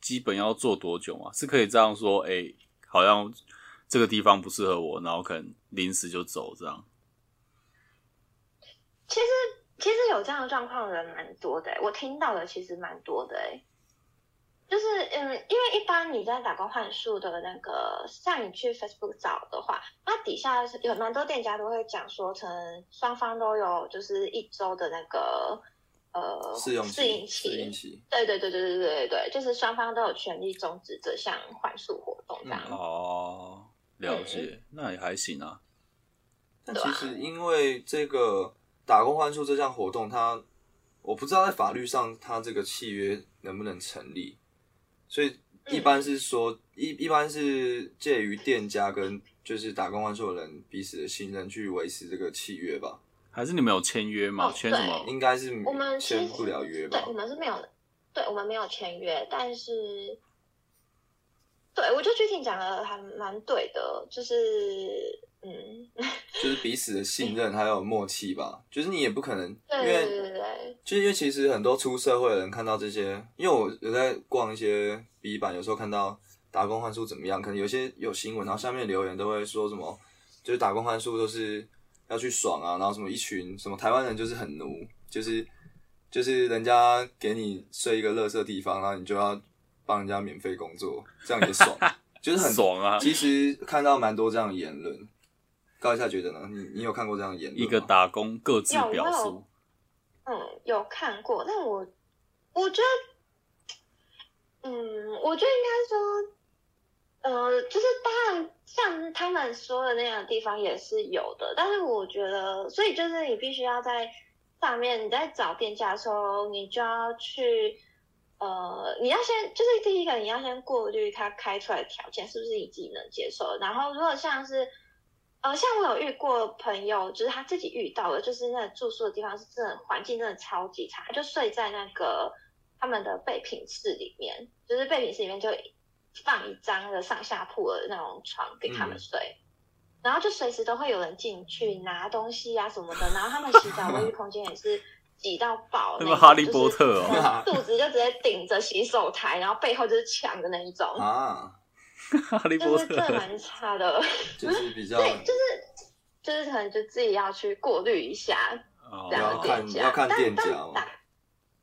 Speaker 1: 基本要做多久嘛？是可以这样说，哎、好像这个地方不适合我，然后可能临时就走这样。
Speaker 3: 其实其实有这样的状况的人蛮多的、欸我听到的其实蛮多的、欸，就是嗯，因为一般你在打工换宿的那个，像你去 Facebook 找的话，那底下是有蛮多店家都会讲说，可能双方都有就是一周的那个呃
Speaker 2: 哦试用期，
Speaker 3: 适应
Speaker 2: 试用
Speaker 3: 期，
Speaker 2: 期，
Speaker 3: 对对对对对对对对，就是双方都有权利终止这项换宿活动这样。
Speaker 2: 嗯
Speaker 1: 哦，了解，那也还行啊。
Speaker 2: 但
Speaker 3: 啊
Speaker 2: 其实因为这个打工换宿这项活动，它我不知道在法律上它这个契约能不能成立，所以一
Speaker 3: 嗯
Speaker 2: 般是说一一般是介于店家跟就是打工换宿的人彼此的信任去维持这个契约吧，
Speaker 1: 还是你们有签约吗？
Speaker 3: 哦
Speaker 1: 签什么？
Speaker 2: 应该是
Speaker 3: 我们其
Speaker 2: 签
Speaker 3: 实
Speaker 2: 不了约吧
Speaker 3: 对，？我们是没有，对我们没有签约，但是，对我觉得 j u 讲的还蛮对的，就是嗯，
Speaker 2: 就是彼此的信任还有默契吧，就是你也不可能因
Speaker 3: 对
Speaker 2: 为
Speaker 3: 对对对对，
Speaker 2: 就因为其实很多出社会的人看到这些，因为我有在逛一些 B 版，有时候看到打工换宿怎么样，可能有些有新闻，然后下面留言都会说什么，就是打工换宿都是要去爽啊，然后什么一群什么台湾人就是很奴，就是就是人家给你睡一个垃圾地方，然后你就要帮人家免费工作，这样 也爽，就是很。
Speaker 1: 爽啊！
Speaker 2: 其实看到蛮多这样的言论，高一下觉得呢？你你有看过这样的言论吗？
Speaker 1: 一个打工各自表
Speaker 3: 有我
Speaker 1: 述
Speaker 3: 有，嗯，有看过，但我我觉得，嗯，我觉得应该说，呃，就是当然像他们说的那样的地方也是有的，但是我觉得，所以就是你必须要在上面你在找店家的时候，你就要去。呃，你要先就是第一个，你要先过滤他开出来的条件是不是你自己能接受的。然后，如果像是呃，像我有遇过朋友，就是他自己遇到的，就是那住宿的地方是真的环境真的超级差，他就睡在那个他们的备品室里面，就是备品室里面就放一张的上下铺的那种床给
Speaker 1: 嗯
Speaker 3: 他们睡。然后就随时都会有人进去拿东西啊什么的，然后他们洗澡 卫浴空间也是挤到爆，
Speaker 1: 那个
Speaker 3: 那种
Speaker 1: 哈利波特哦
Speaker 3: 就是肚子就直接顶着洗手台，然后背后就是墙的那一种，
Speaker 2: 啊，
Speaker 1: 哈利
Speaker 3: 就
Speaker 1: 波
Speaker 3: 是
Speaker 1: 特
Speaker 3: 真的蛮差的。
Speaker 2: 就是比较
Speaker 3: 对，就是就是可能就自己要去过滤一下
Speaker 1: 哦
Speaker 3: 这样
Speaker 2: 要
Speaker 3: 的
Speaker 2: 看
Speaker 3: 店家，
Speaker 2: 要看
Speaker 3: 但
Speaker 2: 店
Speaker 3: 但
Speaker 2: 家
Speaker 3: 打
Speaker 2: 嘛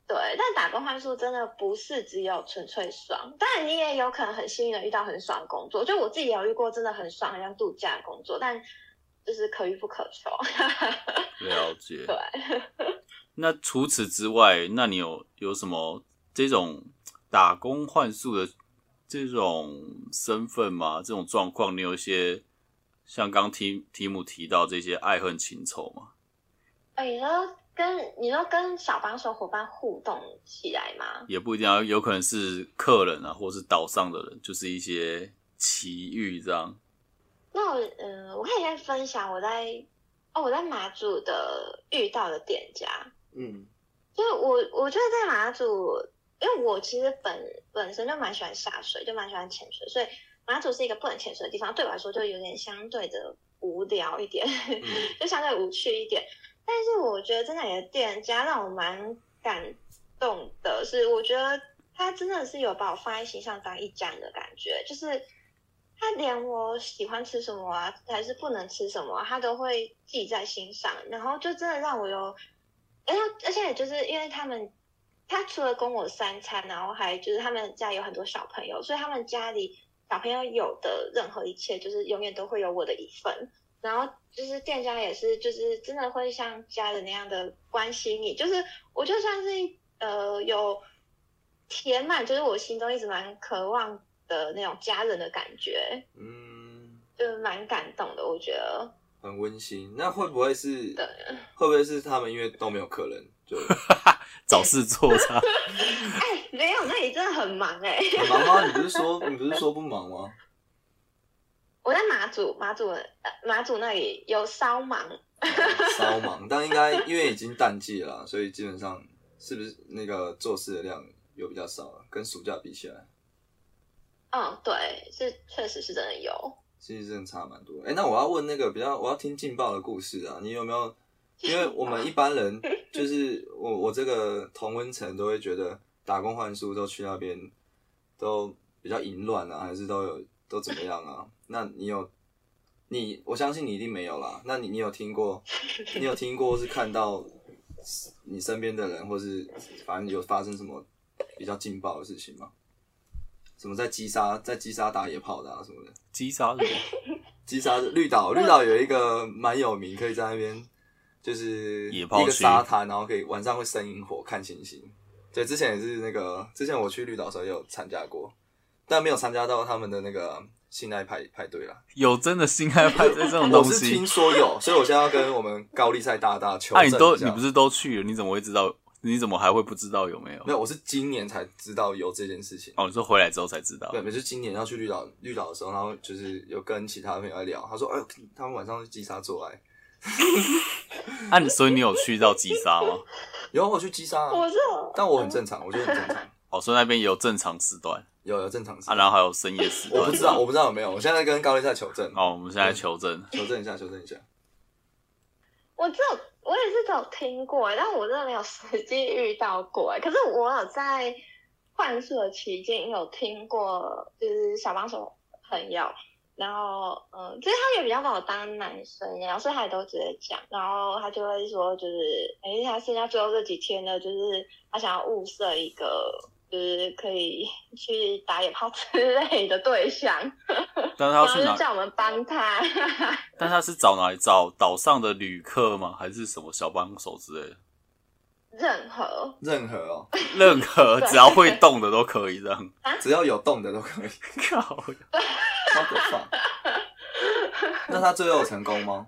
Speaker 3: 对，但打工换宿真的不是只有纯粹爽，当然你也有可能很幸运的遇到很爽的工作，就我自己也有遇过真的很爽，很像度假的工作，但就是可遇不可求。
Speaker 1: 了解。
Speaker 3: 对，
Speaker 1: 那除此之外，那你有有什么这种打工换宿的这种身份吗？这种状况，你有一些像刚提提姆提到这些爱恨情仇吗？
Speaker 3: 哎，你说跟你说跟小帮手伙伴互动起来吗？
Speaker 1: 也不一定要，有可能是客人啊，或是岛上的人，就是一些奇遇这样。
Speaker 3: 那我嗯、我可以再分享我在哦我在马祖的遇到的店家，
Speaker 2: 嗯
Speaker 3: 就是我我觉得在马祖，因为我其实本本身就蛮喜欢下水，就蛮喜欢潜水，所以马祖是一个不能潜水的地方，对我来说就有点相对的无聊一点，
Speaker 2: 嗯
Speaker 3: 就相对无趣一点。但是我觉得真的有的店家让我蛮感动的是，我觉得他真的是有把我放在心上当一家人的感觉，就是他连我喜欢吃什么啊，还是不能吃什么啊、他都会记在心上，然后就真的让我有，然后而且就是因为他们。他除了供我三餐，然后还就是他们家有很多小朋友，所以他们家里小朋友有的任何一切，就是永远都会有我的一份。然后就是店家也是，就是真的会像家人那样的关心你，就是我就算是呃有填满，就是我心中一直蛮渴望的那种家人的感觉，
Speaker 2: 嗯，
Speaker 3: 就是蛮感动的，我觉得。
Speaker 2: 很温馨。那会不会是
Speaker 3: 对
Speaker 2: 会不会是他们因为都没有客人，就
Speaker 1: 找事做噻。
Speaker 3: 哎，没有，那里真的很忙哎、
Speaker 2: 很忙吗？你不是说你不是说不忙吗？
Speaker 3: 我在马祖，马祖呃马祖那里有烧忙，
Speaker 2: 稍忙，但应该因为已经淡季了啦，所以基本上是不是那个做事的量又比较少了？跟暑假比起来，
Speaker 3: 嗯，对，是确实是真的有。
Speaker 2: 其实真的差蛮多。哎、那我要问那个比较，我要听劲爆的故事啊，你有没有？因为我们一般人就是我我这个同温层都会觉得打工换宿都去那边都比较淫乱啊，还是都有都怎么样啊？那你有你我相信你一定没有啦。那你你有听过你有听过或是看到你身边的人，或是反正有发生什么比较劲爆的事情吗？什么在击杀在击杀打野炮的啊什么的？
Speaker 1: 击杀人，
Speaker 2: 击杀绿岛，绿岛有一个蛮有名，可以在那边就是
Speaker 1: 野
Speaker 2: 一
Speaker 1: 炮区
Speaker 2: 个沙滩，然后可以晚上会生萤火看星星。对，之前也是那个，之前我去绿岛的时候也有参加过，但没有参加到他们的那个性爱派派对啦。
Speaker 1: 有真的性爱派对这种
Speaker 2: 我
Speaker 1: 东
Speaker 2: 是听
Speaker 1: 西？
Speaker 2: 说有，所以我现在要跟我们高丽赛大大求
Speaker 1: 啊，
Speaker 2: 证
Speaker 1: 你
Speaker 2: 一下。
Speaker 1: 都你不是都去了，你怎么会知道？你怎么还会不知道有没有
Speaker 2: 没？有？我是今年才知道有这件事情。
Speaker 1: 哦，你说回来之后才知道
Speaker 2: 对，。每次今年要去绿岛绿岛的时候，然后就是有跟其他朋友在聊，他说：“哎呦，他们晚上去击杀做爱。
Speaker 1: 啊，你所以你有去到击杀吗？”
Speaker 2: 有我去击杀、啊，
Speaker 3: 我是
Speaker 2: 但我很正常，我觉得很正常。
Speaker 1: 哦，所以那边也有正常时段
Speaker 2: 有有正常时
Speaker 1: 啊，然后还有深夜时段。
Speaker 2: 我不知道，我不知道有没有。我现在跟高丽赛求证，
Speaker 1: 哦，我们现在求证。
Speaker 2: 求证一下，求证一下。
Speaker 3: 我只有我也是只有听过、欸，但我真的没有实际遇到过、欸。可是我有在幻术的期间有听过，就是小帮手朋友，然后嗯，就是他也比较把我当男生一样，所以他也都直接讲，然后他就会说，就是诶，他剩下最后这几天呢，就是他想要物色一个。就是可以 去打野炮之类的对象，
Speaker 1: 但是他
Speaker 3: 然
Speaker 1: 要
Speaker 3: 后
Speaker 1: 去
Speaker 3: 就
Speaker 1: 哪？
Speaker 3: 叫我们帮他。
Speaker 1: 但他是找哪里？找岛上的旅客吗？还是什么小帮手之类的？
Speaker 3: 任何
Speaker 2: 任何哦，
Speaker 1: 任何
Speaker 3: 对
Speaker 1: 只要会动的都可以这样。
Speaker 2: 只要有动的都可以。
Speaker 1: 靠！
Speaker 2: 超可怕。那他最后有成功吗？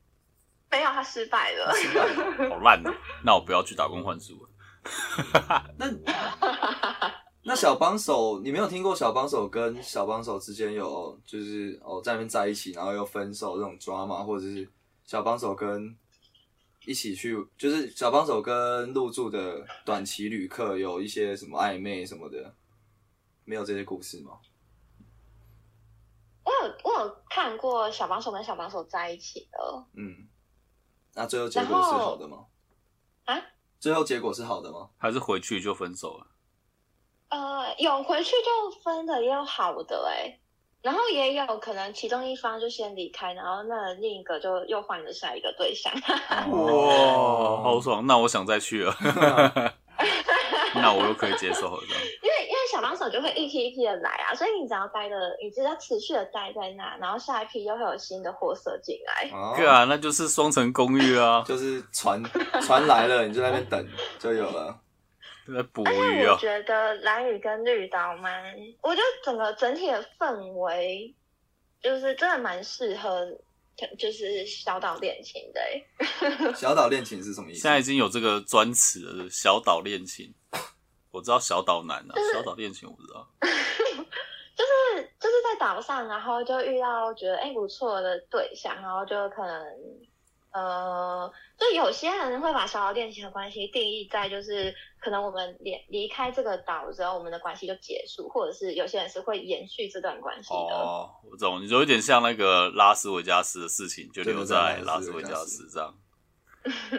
Speaker 3: 没有他失败了，
Speaker 2: 失败了。
Speaker 1: 好烂哦、那我不要去打工换宿了。
Speaker 2: 那那小帮手，你没有听过小帮手跟小帮手之间有就是哦在那边在一起，然后又分手这种抓嘛，或者是小帮手跟一起去，就是小帮手跟入住的短期旅客有一些什么暧昧什么的，没有这些故事吗？
Speaker 3: 我有我有看过小帮手跟小帮手在一起的，
Speaker 2: 嗯，那最后结果是好的吗？
Speaker 3: 然后啊？
Speaker 2: 最后结果是好的吗？
Speaker 1: 还是回去就分手了？
Speaker 3: 呃，有回去就分的，也有好的哎、然后也有可能其中一方就先离开，然后那另一个就又换了下一个对象。
Speaker 2: 哦
Speaker 1: 哇，好爽！那我想再去了，那我又可以接受了。这样
Speaker 3: 因为因为小帮手就会一批一批的来啊，所以你只要待的，你只要持续的待在那，然后下一批又会有新的货色进来。
Speaker 2: 哦
Speaker 1: 对啊，那就是双层公寓啊，
Speaker 2: 就是船 船来了，你就在那边等就有了。
Speaker 1: 在捕
Speaker 3: 哎但
Speaker 1: 鱼
Speaker 3: 我
Speaker 1: 啊。
Speaker 3: 觉得蓝雨跟绿岛蛮，我觉得整个整体的氛围，就是真的蛮适合，就是小岛恋情的、欸。
Speaker 2: 小岛恋情是什么意思？
Speaker 1: 现在已经有这个专词了，是不是小岛恋情。我知道小岛男啊，小岛恋情我不知道。
Speaker 3: 就是就是在岛上，然后就遇到觉得哎、不错的对象，然后就可能呃，就有些人会把小岛恋情的关系定义在就是可能我们离离开这个岛之后，我们的关系就结束，或者是有些人是会延续这段关系的。
Speaker 1: 哦，我懂，你就有点像那个拉斯维加斯的事情，就留在
Speaker 2: 对
Speaker 1: 拉斯维加
Speaker 2: 拉斯
Speaker 1: 斯这 样，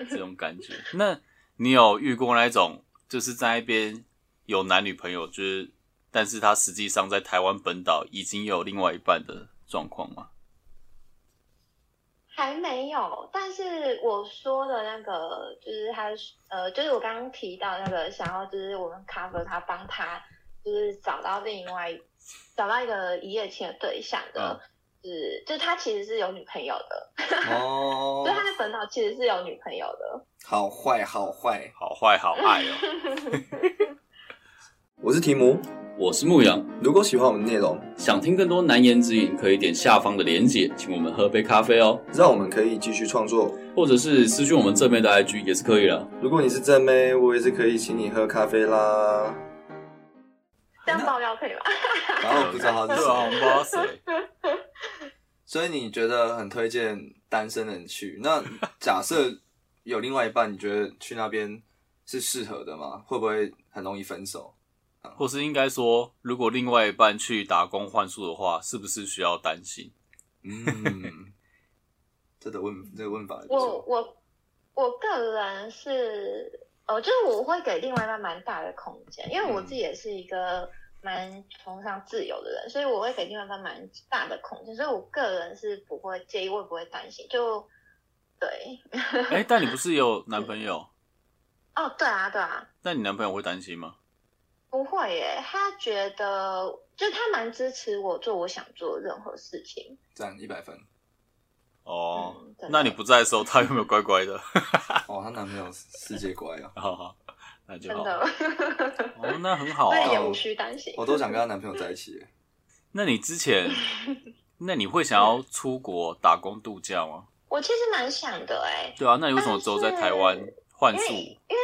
Speaker 1: 这种感觉。那你有遇过那一种，就是在那边有男女朋友，就是但是他实际上在台湾本岛已经有另外一半的状况吗？
Speaker 3: 还没有，但是我说的那个就是他呃，就是我刚刚提到那个想要就是我们 cover 他帮他就是找到另外找到一个一夜情的对象的，是，就他其实是有女朋友的，
Speaker 2: 哦
Speaker 3: 就，他在本岛其实是有女朋友的。
Speaker 2: 好坏好坏，
Speaker 1: 好坏好爱哦。
Speaker 2: 我是提姆。
Speaker 1: 我是牧羊，
Speaker 2: 如果喜欢我们的内容，
Speaker 1: 想听更多难言之隐，可以点下方的连结，请我们喝杯咖啡哦，
Speaker 2: 让我们可以继续创作。
Speaker 1: 或者是私讯我们正面的 IG 也是可以的。
Speaker 2: 如果你是正妹，我也是可以请你喝咖啡啦。
Speaker 3: 这样爆料可以吗？
Speaker 2: 然后我不知道他是
Speaker 1: 对啊，我
Speaker 2: 谁，
Speaker 1: 们不知道谁。
Speaker 2: 所以你觉得很推荐单身人去？那假设有另外一半，你觉得去那边是适合的吗？会不会很容易分手？
Speaker 1: 或是应该说，如果另外一半去打工换宿的话，是不是需要担心？
Speaker 2: 嗯，这个问这个问法也不
Speaker 3: 我
Speaker 2: 错。
Speaker 3: 我我个人是，呃，就是我会给另外一半蛮大的空间，因为我
Speaker 2: 嗯
Speaker 3: 自己也是一个蛮崇尚自由的人，所以我会给另外一半蛮大的空间，所以我个人是不会介意，我也不会担心。就对，
Speaker 1: 哎、但你不是也有男朋友？
Speaker 3: 哦，对啊，对啊，
Speaker 1: 那你男朋友会担心吗？
Speaker 3: 不会耶，他觉得就他蛮支持我做我想做的任何事情。
Speaker 2: 占一百分
Speaker 1: 哦，
Speaker 3: 嗯真的
Speaker 1: 那你不在的时候，他有没有乖乖的？
Speaker 2: 哦，她男朋友世界乖 啊，
Speaker 1: 好好，那就
Speaker 3: 真
Speaker 1: 好。
Speaker 3: 的，
Speaker 1: 哦，那很好
Speaker 3: 所以
Speaker 1: 啊。
Speaker 3: 也无需担心。
Speaker 2: 我都想跟她男朋友在一起了。
Speaker 1: 那你之 前，那你会想要出国打工度假吗？
Speaker 3: 我其实蛮想的哎，
Speaker 1: 对啊，那你为什么只有在台湾换
Speaker 3: 因
Speaker 1: 宿？哦
Speaker 3: 为因为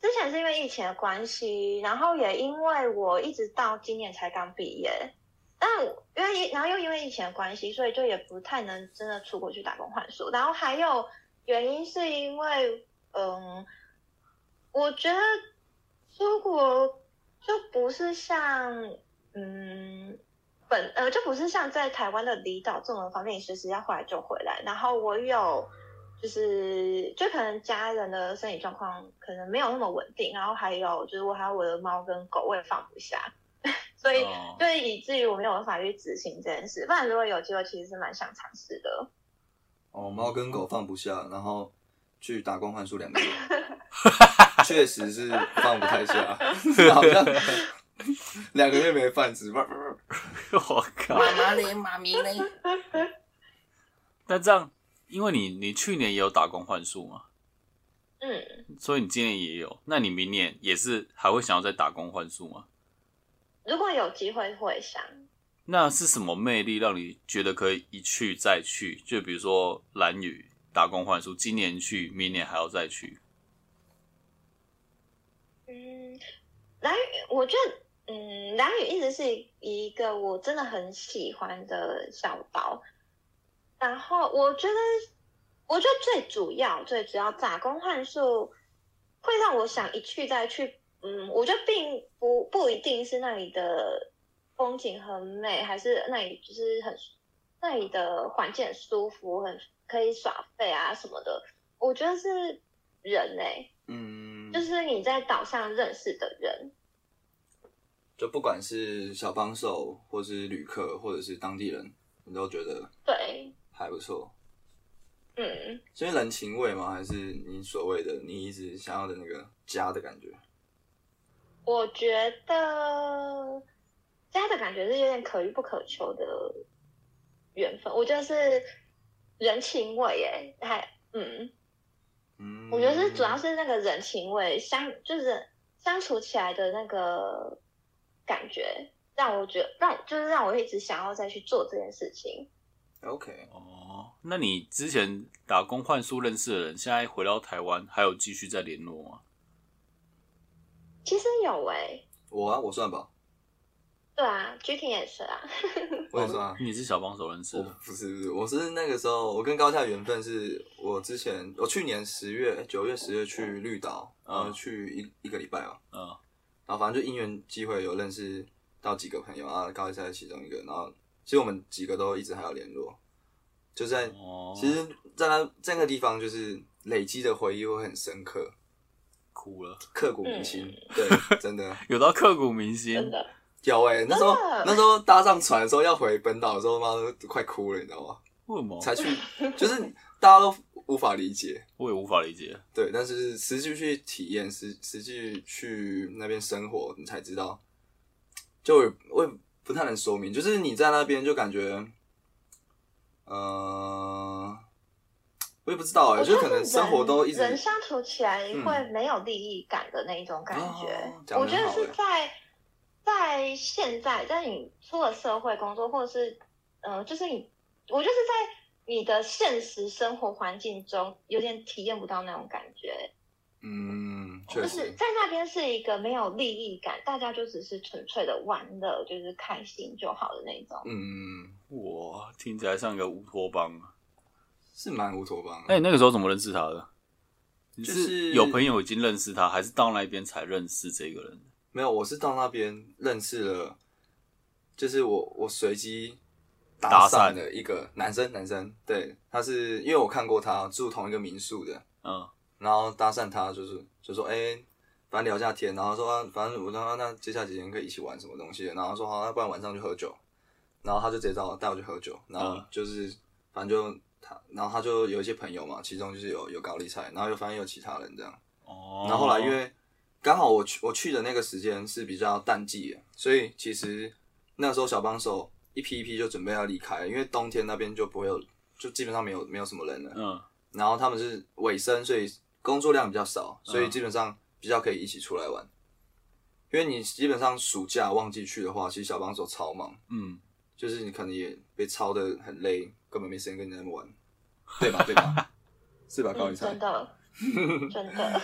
Speaker 3: 之前是因为疫情的关系，然后也因为我一直到今年才刚毕业，但我因为然后又因为疫情的关系，所以就也不太能真的出国去打工换宿。然后还有原因是因为，嗯，我觉得出国就不是像嗯。本呃，就不是像在台湾的离岛这么方便，你随时要回来就回来。然后我有就是就可能家人的身体状况可能没有那么稳定，然后还有就是我还有我的猫跟狗，我也放不下， 所以
Speaker 1: 哦
Speaker 3: 就以至于我没有办法去执行这件事。不然如果有机会，其实是蛮想尝试的。
Speaker 2: 哦，猫跟狗放不下，然后去打工换宿两个月，确实是放不太下， 好像两个月没饭吃。
Speaker 1: 我靠！
Speaker 4: 妈妈嘞，妈咪嘞。
Speaker 1: 那这样，因为你你去年也有打工换宿嘛，
Speaker 3: 嗯，
Speaker 1: 所以你今年也有，那你明年也是还会想要再打工换宿吗？
Speaker 3: 如果有机会会想，
Speaker 1: 那是什么魅力让你觉得可以一去再去？就比如说蓝屿打工换宿，今年去，明年还要再去。
Speaker 3: 嗯，蓝宇，我觉得。嗯，蓝宇一直是一个我真的很喜欢的小岛，然后我觉得，我觉得最主要、最主要打工换宿会让我想一去再去。嗯，我觉得并不不一定是那里的风景很美，还是那里就是很那里的环境很舒服，很可以耍废啊什么的。我觉得是人哎、
Speaker 2: 嗯，
Speaker 3: 就是你在岛上认识的人，
Speaker 2: 就不管是小帮手，或是旅客，或者是当地人，你都觉得
Speaker 3: 对，
Speaker 2: 还不错。
Speaker 3: 嗯。
Speaker 2: 所以人情味吗？还是你所谓的你一直想要的那个家的感觉？
Speaker 3: 我觉得家的感觉是有点可遇不可求的缘分，我觉得是人情味耶，还嗯，
Speaker 2: 嗯，
Speaker 3: 我觉得是主要是那个人情味相，就是相处起来的那个感觉，让我觉得让就是让我一直想要再去做这件事情。
Speaker 2: OK。
Speaker 1: 哦，那你之前打工换宿认识的人，现在回到台湾，还有继续在联络吗？
Speaker 3: 其实有诶，
Speaker 2: 我啊，我算吧，
Speaker 3: 对啊，G T 也是啊，
Speaker 2: 我也算
Speaker 3: 哦
Speaker 2: 啊。
Speaker 1: 你是小帮手认识
Speaker 2: 我
Speaker 1: 的，
Speaker 2: 不是不是，我是那个时候，我跟高夏缘分是我之前，我去年十月、九月、十月去绿岛，然后去一一个礼拜哦嘛，
Speaker 1: 嗯，
Speaker 2: 然后反正就因缘机会有认识到几个朋友啊，高夏是其中一个，然后其实我们几个都一直还有联络，就在、
Speaker 1: 哦，
Speaker 2: 其实在那在那个地方就是累积的回忆会很深刻，
Speaker 1: 哭了，
Speaker 2: 刻骨
Speaker 3: 嗯
Speaker 2: 铭心，对，真的。
Speaker 1: 有到刻骨铭
Speaker 3: 真
Speaker 1: 心。
Speaker 3: 的，
Speaker 2: 有哎、那时候
Speaker 3: 真的
Speaker 2: 那时候搭上船的时候要回本岛的时候，妈的都快哭了，你知道吗？
Speaker 1: 为什么？
Speaker 2: 才去，就是大家都无法理解，
Speaker 1: 我也无法理解。
Speaker 2: 对，但是实际去体验，实实际去那边生活，你才知道，就我也我也不太能说明，就是你在那边就感觉呃，我也不知道哎、
Speaker 3: 我
Speaker 2: 我
Speaker 3: 觉
Speaker 2: 觉得
Speaker 3: 得
Speaker 2: 可能
Speaker 3: 是
Speaker 2: 生活都一
Speaker 3: 人
Speaker 2: 直
Speaker 3: 人相处起来
Speaker 2: 嗯
Speaker 3: 会没有利益感的那一种感觉。
Speaker 2: 哦讲
Speaker 3: 我
Speaker 2: 得
Speaker 3: 觉得
Speaker 2: 好
Speaker 3: 是
Speaker 2: 欸
Speaker 3: 在在现在，在你出了社会工作，或者是嗯、呃就是你，我就是在你的现实生活环境中有点体验不到那种感觉，
Speaker 2: 嗯，确
Speaker 3: 就是
Speaker 2: 实，
Speaker 3: 在那边是一个没有利益感，大家就只是纯粹的玩乐，就是开心就好的那种。
Speaker 2: 嗯，
Speaker 1: 哇，听起来像一个乌托邦啊！
Speaker 2: 是蛮乌托邦
Speaker 1: 哎、
Speaker 2: 的。
Speaker 1: 你那个时候怎么认识他的？你
Speaker 2: 就是
Speaker 1: 有朋友已经认识他，还是到那边才认识这个人？
Speaker 2: 没有，我是到那边认识了，就是我我随机搭
Speaker 1: 搭
Speaker 2: 讪
Speaker 1: 讪
Speaker 2: 了一个男生，男生，对，他是因为我看过他住同一个民宿的，
Speaker 1: 嗯，
Speaker 2: 然后搭讪他就是就说哎、反正聊一下天，然后说、啊反正我说、啊那接下来几天可以一起玩什么东西的，然后说好、那不然晚上去喝酒，然后他就直接找我带我去喝酒，然后
Speaker 1: 嗯
Speaker 2: 就是、反正就他，然后他就有一些朋友嘛，其中就是有有高丽菜，然后又反正有其他人这样。
Speaker 1: 哦
Speaker 2: 然后后来因为刚好我去我去的那个时间是比较淡季的，所以其实那时候小帮手一批一批就准备要离开了，因为冬天那边就不会有，就基本上没有没有什么人了。
Speaker 1: 嗯
Speaker 2: 然后他们是尾声，所以工作量比较少，所以
Speaker 1: 嗯
Speaker 2: 基本上比较可以一起出来玩。因为你基本上暑假旺季去的话，其实小帮手超忙，
Speaker 1: 嗯，
Speaker 2: 就是你可能也被操的很累，根本没时间跟人家 玩，对吧？对吧？是吧，高
Speaker 3: 嗯，
Speaker 2: 一才
Speaker 3: 真。的，真的。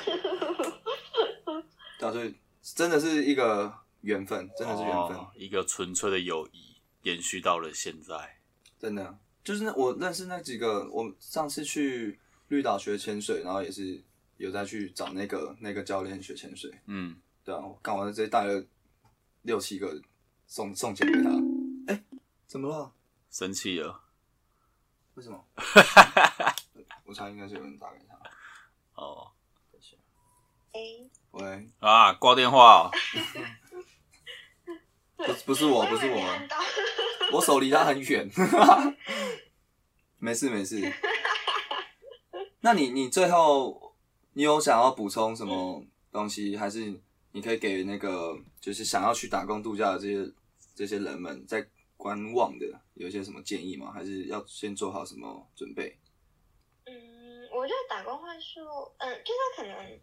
Speaker 2: 对啊，所以真的是一个缘分，真的是缘分，
Speaker 1: 哦一个纯粹的友谊延续到了现在。
Speaker 2: 真的就是那我认识那几个，我上次去绿岛学潜水，然后也是有再去找那个那个教练学潜水，
Speaker 1: 嗯，
Speaker 2: 对啊，我干完直接带了六七个送送钱给他，哎、怎么了？
Speaker 1: 生气了
Speaker 2: 为什么？我猜应该是有人打给他。
Speaker 1: 哦
Speaker 3: 哎
Speaker 2: 喂，
Speaker 1: 啊，挂电话、哦。
Speaker 2: 不不是我，不是
Speaker 3: 以为你
Speaker 2: 我，
Speaker 3: 按到
Speaker 2: 我手离他很远。没事没事。 那你你最后你有想要补充什么东西，还是你可以给那个就是想要去打工度假的这些这些人们在观望的有一些什么建议吗？还是要先做好什么准备？
Speaker 3: 嗯，我觉得打工换宿，嗯，就是可能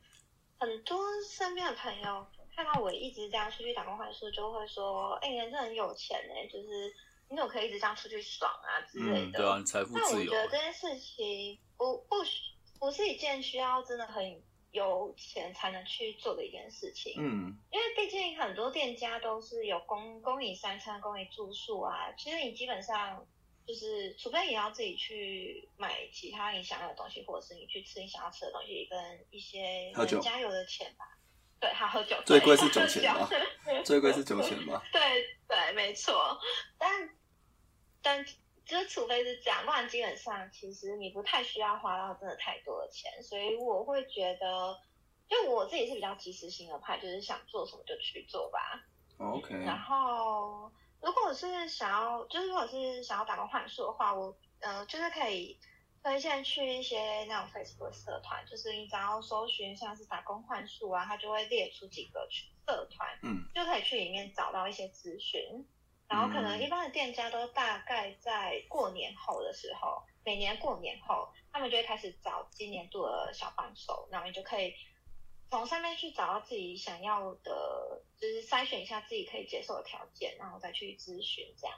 Speaker 3: 很多身边的朋友看到我一直这样出去打工换宿，就会说：“哎、你真的很有钱呢、就是你怎么可以一直这样出去爽啊之类
Speaker 2: 嗯
Speaker 3: 的。
Speaker 1: 对啊，你财富
Speaker 3: 但我
Speaker 1: 自由
Speaker 3: 觉。得这件事情不不需不是一件需要真的很有钱才能去做的一件事情。
Speaker 2: 嗯
Speaker 3: 因为毕竟很多店家都是有供供应三餐、供应住宿啊，其实你基本上就是，除非你要自己去买其他你想要的东西，或者是你去吃你想要吃的东西，跟一些
Speaker 2: 喝酒
Speaker 3: 人家有的钱吧。对，还有喝酒，
Speaker 2: 最
Speaker 3: 对
Speaker 2: 贵是
Speaker 3: 还有
Speaker 2: 酒钱 吧最贵是酒钱吧？
Speaker 3: 对 对，没错。但但就是除非是这样，不然基本上其实你不太需要花到真的太多的钱，所以我会觉得，因为我自己是比较及时行乐派，就是想做什么就去做吧。
Speaker 2: 哦，OK，
Speaker 3: 然后如果是想要，就是如果是想要打工换宿的话，我呃就是可以。推荐去一些那种 Facebook 社团，就是你只要搜寻像是打工换宿啊，它就会列出几个社团，
Speaker 2: 嗯
Speaker 3: 就可以去里面找到一些资讯。然后可能
Speaker 2: 嗯
Speaker 3: 一般的店家都大概在过年后的时候，每年过年后，他们就会开始找今年度的小帮手，然后你就可以从上面去找到自己想要的，就是筛选一下自己可以接受的条件，然后再去咨询这样。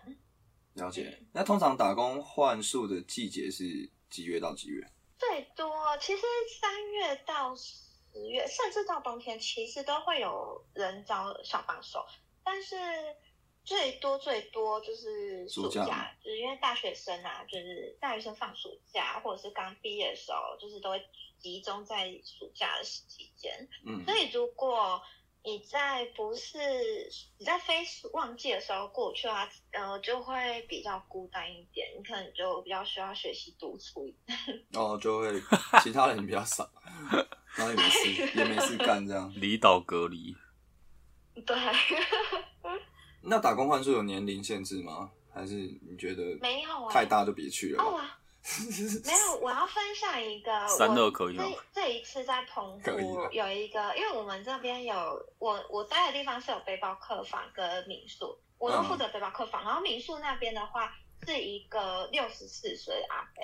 Speaker 2: 了解。那通常打工换宿的季节是几月到几月？
Speaker 3: 最多其实三月到十月，甚至到冬天，其实都会有人找小帮手，但是最多最多就是暑
Speaker 2: 暑假
Speaker 3: 假，就是因为大学生啊，就是大学生放暑假或者是刚毕业的时候，就是都会集中在暑假的期间。
Speaker 2: 嗯
Speaker 3: 所以如果你在不是你在非旺季的时候过去的话，呃，就会比较孤单一点，你可能就比较需要学习独处一点
Speaker 2: 哦，就会其他人比较少， 然后也没事也没事干这样。
Speaker 1: 离岛隔离，
Speaker 3: 对，
Speaker 2: 那打工换宿有年龄限制吗？还是你觉得
Speaker 3: 没有啊
Speaker 2: 太大就别去了
Speaker 3: 哦，
Speaker 2: 吧？
Speaker 3: 我没有，我要分享一个
Speaker 1: 三
Speaker 3: 我
Speaker 1: 乐可以吗
Speaker 3: 这这一次在澎
Speaker 2: 可以
Speaker 3: 湖
Speaker 2: 吧
Speaker 3: 有一个，因为我们这边有我我待的地方是有背包客房跟民宿，我都
Speaker 2: 嗯
Speaker 3: 负责背包客房，然后民宿那边的话。是一个六十四岁的阿伯，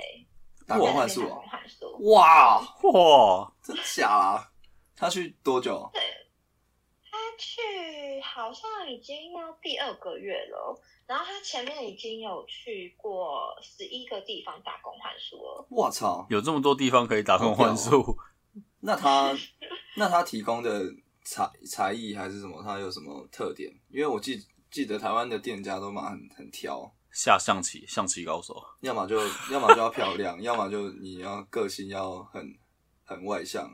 Speaker 2: 打
Speaker 1: 哇
Speaker 2: 工换
Speaker 3: 在那边
Speaker 2: 宿哦，
Speaker 3: 打工换宿，
Speaker 2: 哇，
Speaker 1: 哇，
Speaker 2: 真假啊？他去多久？
Speaker 3: 他去好像已经要第二个月了，然后他前面已经有去过十一个地方打工换宿了。
Speaker 2: 我操！
Speaker 1: 有这么多地方可以打
Speaker 2: 哦
Speaker 1: 工换宿，
Speaker 2: 那 他那他提供的才才艺还是什么？他有什么特点？因为我记记得台湾的店家都蛮很很挑，
Speaker 1: 下象棋，象棋高手，
Speaker 2: 要么就要么就要漂亮，要么就你要个性要很很外向，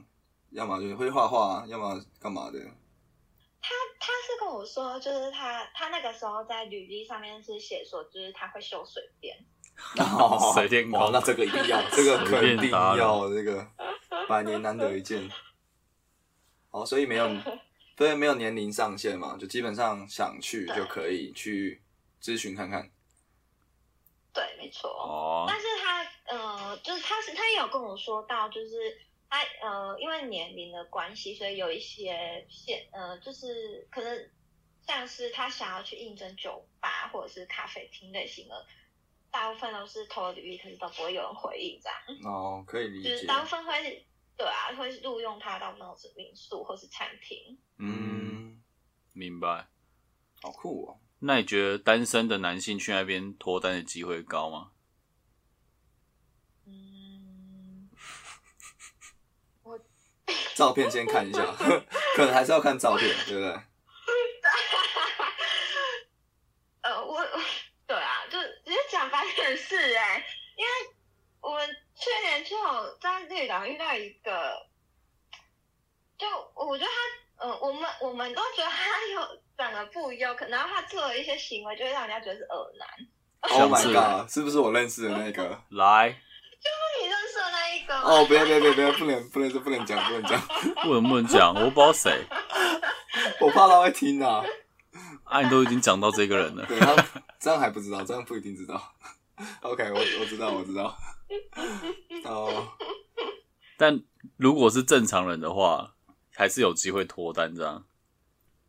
Speaker 2: 要么就会画画，啊要么干嘛的？
Speaker 3: 他是跟我说，就是他他那个时候在履历上面是写说，就是他会修水电，
Speaker 1: 水电工
Speaker 2: 哇那这个一定要，这个
Speaker 1: 随便
Speaker 2: 肯定
Speaker 1: 搭的
Speaker 2: 要，这个百年难得一见。好，所以没有，所以没有年龄上限嘛，就基本上想去
Speaker 3: 对
Speaker 2: 就可以去咨询看看。
Speaker 3: 对，没错。
Speaker 1: 哦，
Speaker 3: 但是他呃，就是他是他也有跟我说到，就是他呃，因为年龄的关系，所以有一些限呃，就是可能像是他想要去应征酒吧或者是咖啡厅类型的，大部分都是投了履历，可是都不会有人回应这样，
Speaker 2: 哦，可以理
Speaker 3: 嗯就是
Speaker 2: 解。
Speaker 3: 大部分会对啊，会录用他，大部分都是民宿或是餐厅。
Speaker 2: 嗯，
Speaker 1: 明白。
Speaker 2: 好酷哦。
Speaker 1: 那你觉得单身的男性去那边脱单的机会高吗？
Speaker 3: 嗯，
Speaker 2: 照片先看一下， 可能还是要看照片，对不对？
Speaker 3: 呃，我我对啊，就直接讲白点事哎、因为我们去年就有在绿岛遇到一个，就我觉得他，嗯、我们我们都觉得他有长得不优，可然后他做了一些行为，就会让人家觉得是恶男。
Speaker 2: Oh
Speaker 1: 上次
Speaker 2: my god！是不是我认识的那个？
Speaker 1: 来，
Speaker 3: 你认识的那一个吗？
Speaker 2: 哦，不要不要不要不要，不能不能不能讲不能讲，
Speaker 1: 不能不能讲，我不知道谁。
Speaker 2: 我怕他会听啊。
Speaker 1: 啊，你都已经讲到这个人了，
Speaker 2: 对他这样还不知道，这样不一定知道。OK，我我知道我知道。哦，
Speaker 1: 但如果是正常人的话，还是有机会脱单这样。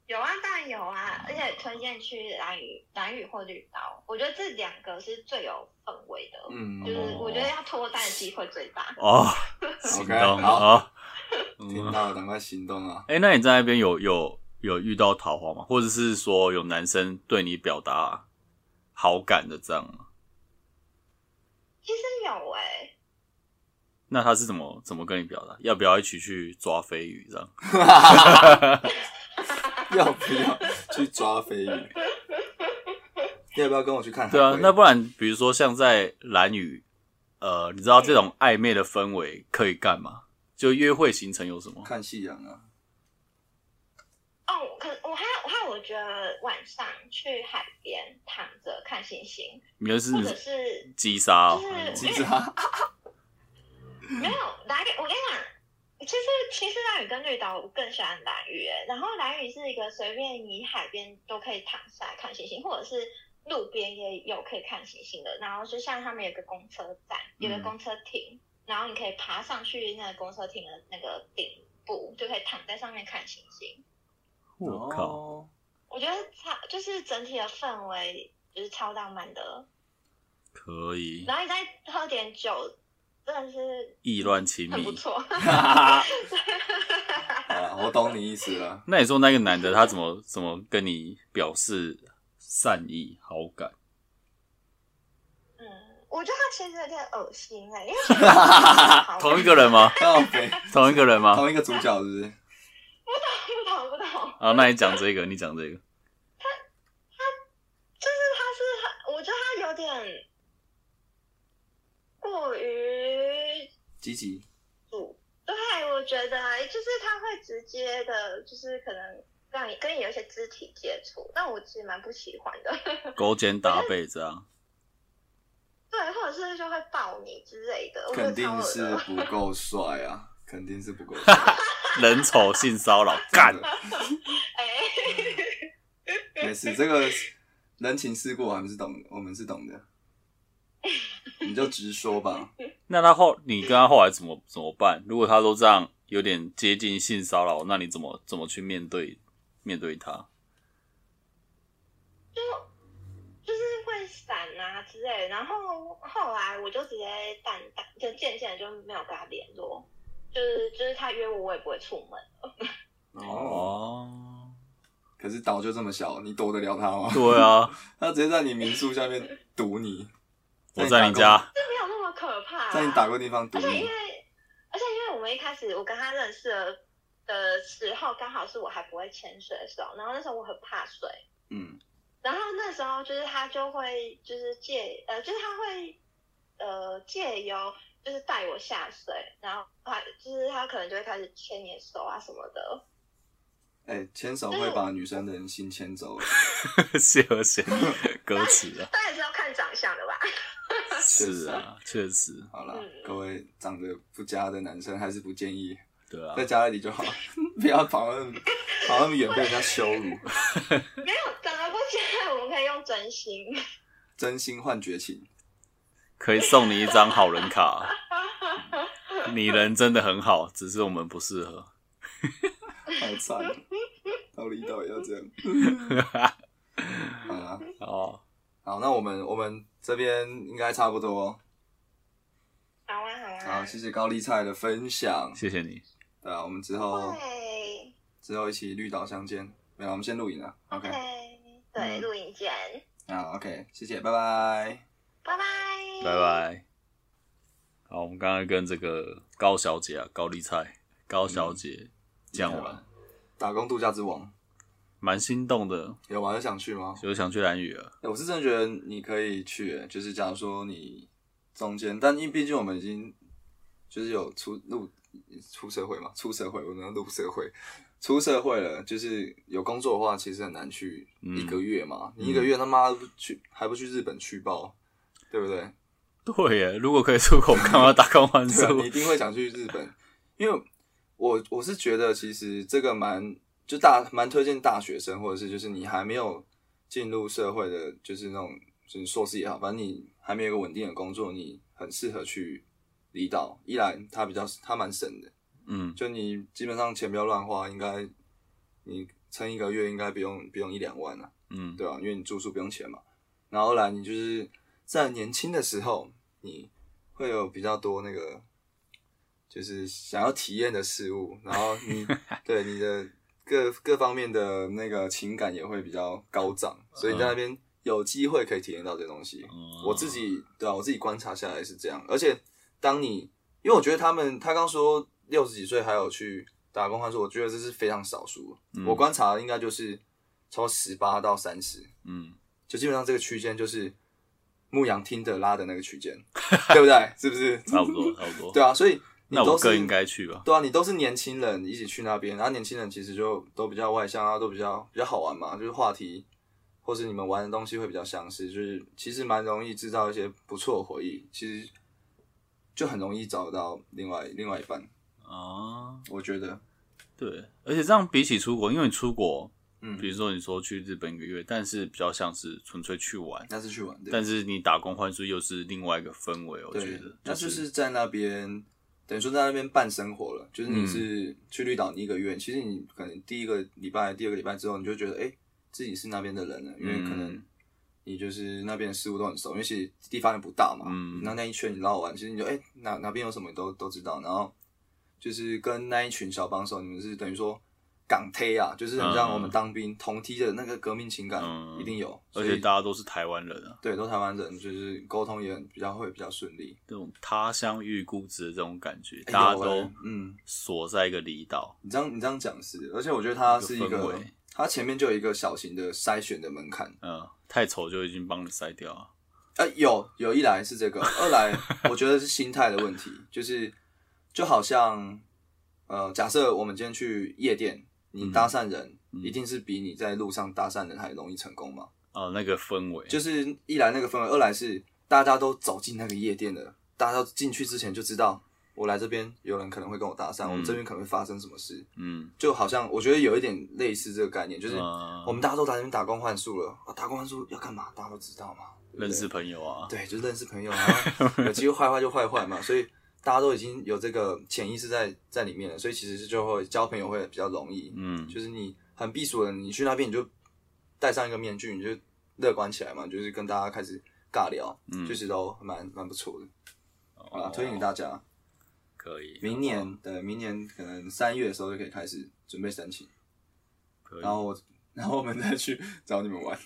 Speaker 3: 有啊，当然有啊，而且推荐去蓝屿、蓝屿或绿岛，我觉得这两个是最有氛围的，
Speaker 2: 嗯
Speaker 3: 就是我觉得要脱单的机会最大。
Speaker 1: 哦，行动
Speaker 2: 好
Speaker 1: 啊。
Speaker 2: 听
Speaker 1: 嗯，
Speaker 2: 到了，赶快行动啊！
Speaker 1: 哎、那你在那边有有有遇到桃花吗？或者是说有男生对你表达好感的这样吗？
Speaker 3: 其实有哎、
Speaker 1: 那他是怎么怎么跟你表达？要不要一起去抓飞鱼这样？
Speaker 2: 要不要去抓飞鱼？要不要跟我去看海 龟？
Speaker 1: 对啊，那不然比如说像在蓝屿，呃，你知道这种暧昧的氛围可以干嘛？就约会行程有什么？
Speaker 2: 看夕阳啊！
Speaker 3: 哦，可我还有还有，我觉得晚上去海边躺着看星星，
Speaker 1: 你就是
Speaker 3: 或者是
Speaker 1: 击杀哦，
Speaker 3: 就是
Speaker 2: 其实啊，
Speaker 3: 没有蓝屿，我跟你讲，其实其实蓝屿跟绿岛我更喜欢蓝屿耶，然后蓝屿是一个随便你海边都可以躺下来看星星，或者是路边也有可以看星星的。然后就像他们有个公车站，有个
Speaker 2: 嗯
Speaker 3: 公车亭，然后你可以爬上去那个公车亭的那个顶部，就可以躺在上面看星 星。
Speaker 1: 我靠，
Speaker 2: 哦，
Speaker 3: 我觉得超就是整体的氛围就是超浪漫的，
Speaker 1: 可以
Speaker 3: 然后你再喝点酒，真的是
Speaker 1: 意乱情
Speaker 3: 很不
Speaker 1: 迷。
Speaker 3: 错。
Speaker 2: 好啦我懂你意思了。
Speaker 1: 那你说那个男的他怎么怎么跟你表示善意好感？
Speaker 3: 嗯，我觉得他其实有点恶心哎、因为好
Speaker 1: 同一个 人吗？
Speaker 2: 靠北
Speaker 1: 同一个人吗？
Speaker 2: 同一个主角是不是？
Speaker 3: 不懂不懂，就是
Speaker 1: 啊，那你讲这个，你讲这个，
Speaker 3: 他是很我觉得他有点过于
Speaker 2: 吉吉，
Speaker 3: 主，对我觉得欸就是他会直接的，就是可能让你跟你有一些肢体接触，但我其实蛮不喜欢的。
Speaker 1: 勾肩搭背这样，
Speaker 3: 对，或者是就会抱你之类的，我觉
Speaker 2: 肯
Speaker 3: 得超
Speaker 2: 定
Speaker 3: 恶
Speaker 2: 是
Speaker 3: 的。
Speaker 2: 不够帅 啊，肯定是不够帅。
Speaker 1: 人丑性骚扰，干
Speaker 2: 真的！
Speaker 3: 哎、
Speaker 2: 没事，这个人情世故我们是懂，我们是懂的。 你就直说吧。
Speaker 1: 那他后你跟他后来怎么怎么办？如果他都这样有点接近性骚扰，那你怎么怎么去面对面对他？
Speaker 3: 就是会闪啊之类的。然后后来我就直接淡淡，就渐渐地就没有跟他联络，就是就是他约我，我也不会出门。
Speaker 2: 哦，
Speaker 1: 哦，
Speaker 2: 可是岛就这么小，你躲得了他吗？
Speaker 1: 对 啊，
Speaker 2: 他直接在你民宿下面堵你，
Speaker 1: 我在你家，
Speaker 3: 这没有那么可怕、
Speaker 2: 打
Speaker 3: 啊。
Speaker 2: 工，在你打工的地方堵
Speaker 3: 而且
Speaker 2: 你
Speaker 3: 因为，，而且因为我们一开始我跟他认识的的时候，刚好是我还不会潜水的时候，然后那时候我很怕水，
Speaker 2: 嗯，
Speaker 3: 然后那时候就是他就会就是借呃，就是他会呃借由就是带我下水，然后他就是他可能就会开始牵你的手啊什么的，
Speaker 2: 哎、牵手会把女生的心牵走，
Speaker 1: 谢和弦歌词啊，
Speaker 3: 当然是要看长相 的吧。
Speaker 1: 是啊，确实，
Speaker 2: 好啦，
Speaker 3: 嗯
Speaker 2: 各位长得不佳的男生还是不建议
Speaker 1: 对啊
Speaker 2: 在，家里就好， 不要跑那么跑那么远被人家羞辱。
Speaker 3: 没有长得不啊像，我们可以用真心。
Speaker 2: 真心换绝情，
Speaker 1: 可以送你一张好人卡，啊你人真的很好，只是我们不适合。
Speaker 2: 好惨，到离岛也要这样。好啦，
Speaker 1: 哦，
Speaker 2: 好，那我们我们这边应该差不多。哦
Speaker 3: 好啊好啊。
Speaker 2: 好，谢谢高丽菜的分享。
Speaker 1: 谢谢你，
Speaker 2: 对啊，我们之后
Speaker 3: 对
Speaker 2: 之后一起绿岛相见。没有，我们先录影了。OK，
Speaker 3: 对对，
Speaker 2: 嗯
Speaker 3: 录影见，
Speaker 2: 好，OK，谢谢，拜拜。
Speaker 3: 拜拜
Speaker 1: 拜。拜。好，我们刚刚跟这个高小姐啊，高丽菜高小姐讲完，
Speaker 2: 打工度假之王，
Speaker 1: 蛮心动的，
Speaker 2: 有吗？有想去吗？
Speaker 1: 有想去蓝屿了。
Speaker 2: 欸我是真的觉得你可以去、欸，就是假如说你中间，但因为毕竟我们已经就是有出入出社会嘛，出社会，我们要入社会，出社会了，就是有工作的话，其实很难去
Speaker 1: 嗯
Speaker 2: 一个月嘛，你一个月他妈不去还不去日本去报，对不对？
Speaker 1: 对耶，如果可以出国，我干嘛要打工换
Speaker 2: 对啊，
Speaker 1: 宿
Speaker 2: 你一？定会想去日本，因为我我是觉得其实这个蛮就大蛮推荐大学生，或者是就是你还没有进入社会的，就是那种就是硕士也好，反正你还没有一个稳定的工作，你很适合去离岛。一来它比较它蛮省的，
Speaker 1: 嗯，
Speaker 2: 就你基本上钱不要乱花，应该你撑一个月应该不用不用一两万啊。
Speaker 1: 嗯，
Speaker 2: 对啊，因为你住宿不用钱嘛。然后后来你就是在年轻的时候，你会有比较多那个，就是想要体验的事物，然后你对你的各各方面的那个情感也会比较高涨，所以你在那边有机会可以体验到这东西。
Speaker 1: 哦
Speaker 2: 我自己对啊，我自己观察下来是这样，而且当你因为我觉得他们他刚说六十几岁还有去打工换宿，我觉得这是非常少数。
Speaker 1: 嗯
Speaker 2: 我观察的应该就是从十八到三十，
Speaker 1: 嗯，
Speaker 2: 就基本上这个区间就是牧羊听的拉的那个区 间，对不对？是不是？
Speaker 1: 差不多，差不多。
Speaker 2: 对啊，所以你
Speaker 1: 那
Speaker 2: 都
Speaker 1: 我
Speaker 2: 是
Speaker 1: 更应该去吧？
Speaker 2: 对啊，你都是年轻人一起去那边，然后年轻人其实就都比较外向啊，都比较比较好玩嘛，就是话题或是你们玩的东西会比较相似，就是其实蛮容易制造一些不错的回忆，其实就很容易找到另外另外一半，
Speaker 1: 啊，
Speaker 2: 我觉得，
Speaker 1: 对，而且这样比起出国，因为你出国，
Speaker 2: 嗯，
Speaker 1: 比如说你说去日本一个月，但是比较像是纯粹去玩，
Speaker 2: 那是去玩，对
Speaker 1: 但是你打工换宿又是另外一个氛围，我觉
Speaker 2: 对
Speaker 1: 得，
Speaker 2: 那
Speaker 1: 就
Speaker 2: 就是在那边。等于说在那边办生活了，就是你
Speaker 1: 嗯
Speaker 2: 是去绿岛你一个月，其实你可能第一个礼拜、第二个礼拜之后，你就觉得哎、诶自己是那边的人了，因为可能
Speaker 1: 嗯
Speaker 2: 你就是那边的事物都很熟，因为其实地方也不大嘛，
Speaker 1: 嗯
Speaker 2: 那那一圈你绕完，其实你就哎、诶哪哪边有什么你都都知道，然后就是跟那一群小帮手，你们是等于说港梯啊，就是很像我们
Speaker 1: 嗯
Speaker 2: 当兵、同梯的那个革命情感、
Speaker 1: 嗯
Speaker 2: 一定有，
Speaker 1: 而
Speaker 2: 所
Speaker 1: 且
Speaker 2: 以
Speaker 1: 大家都是台湾人啊，
Speaker 2: 对都台湾人，就是沟通也很比较会比较顺利。
Speaker 1: 这种他乡遇故知的这种感觉，
Speaker 2: 哎
Speaker 1: 大家
Speaker 2: 有
Speaker 1: 都
Speaker 2: 欸嗯
Speaker 1: 锁在一个离岛，
Speaker 2: 你这样你这样讲是，而且我觉得它是一
Speaker 1: 一个氛
Speaker 2: 个
Speaker 1: 围，
Speaker 2: 它前面就有一个小型的筛选的门槛。
Speaker 1: 嗯，太丑就已经帮你筛掉啊了，
Speaker 2: 呃，有有一来是这个，二 来我觉得是心态的问题，就是就好像呃，假设我们今天去夜店，你搭讪人、
Speaker 1: 嗯
Speaker 2: 一定是比你在路上搭讪人还容易成功嘛。
Speaker 1: 哦，那个氛围，
Speaker 2: 就是一来那个氛围，二来是大家都走进那个夜店了，大家进去之前就知道。我来这边，有人可能会跟我搭讪，我们
Speaker 1: 嗯
Speaker 2: 这边可能会发生什么事，
Speaker 1: 嗯，
Speaker 2: 就好像我觉得有一点类似这个概念，就是
Speaker 1: 嗯
Speaker 2: 我们大家都来这边打工换宿了啊，打工换宿要干嘛？大家都知道嘛，对不对
Speaker 1: 认识朋友啊，
Speaker 2: 对，就是认识朋 友啊，有机会坏坏就坏坏嘛，所以大家都已经有这个潜意识在在里面了，所以其实是就会交朋友会比较容易。
Speaker 1: 嗯，
Speaker 2: 就是你很避暑的，你去那边你就戴上一个面具，你就乐观起来嘛，就是跟大家开始尬聊，
Speaker 1: 嗯
Speaker 2: 确实都蛮蛮不错的，好啦
Speaker 1: 哦
Speaker 2: 推荐给大家。
Speaker 1: 可以，
Speaker 2: 明年对，明年可能三月的时候就可以开始准备申请，
Speaker 1: 可以
Speaker 2: 然，后我 然后我们再去找你 们玩。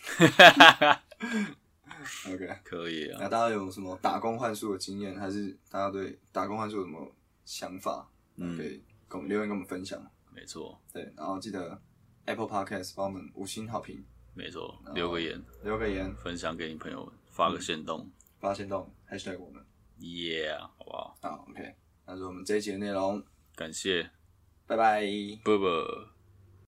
Speaker 2: OK，
Speaker 1: 可以
Speaker 2: 那
Speaker 1: 啊，
Speaker 2: 大家有什么打工换宿的经验，还是大家对打工换宿有什么想法？
Speaker 1: 嗯
Speaker 2: 可以跟我们留言跟我们分享。
Speaker 1: 没错，
Speaker 2: 对，然后记得 Apple Podcast 帮我们五星好评，
Speaker 1: 没错，留个言，
Speaker 2: 留个言，
Speaker 1: 分享给你朋友，发
Speaker 2: 嗯
Speaker 1: 个行动
Speaker 2: 发现动 hashtag 我们。
Speaker 1: ，Yeah，好不好？
Speaker 2: 好，OK，那是我们这一集的内容，
Speaker 1: 感谢，
Speaker 2: 拜拜。
Speaker 1: 不不。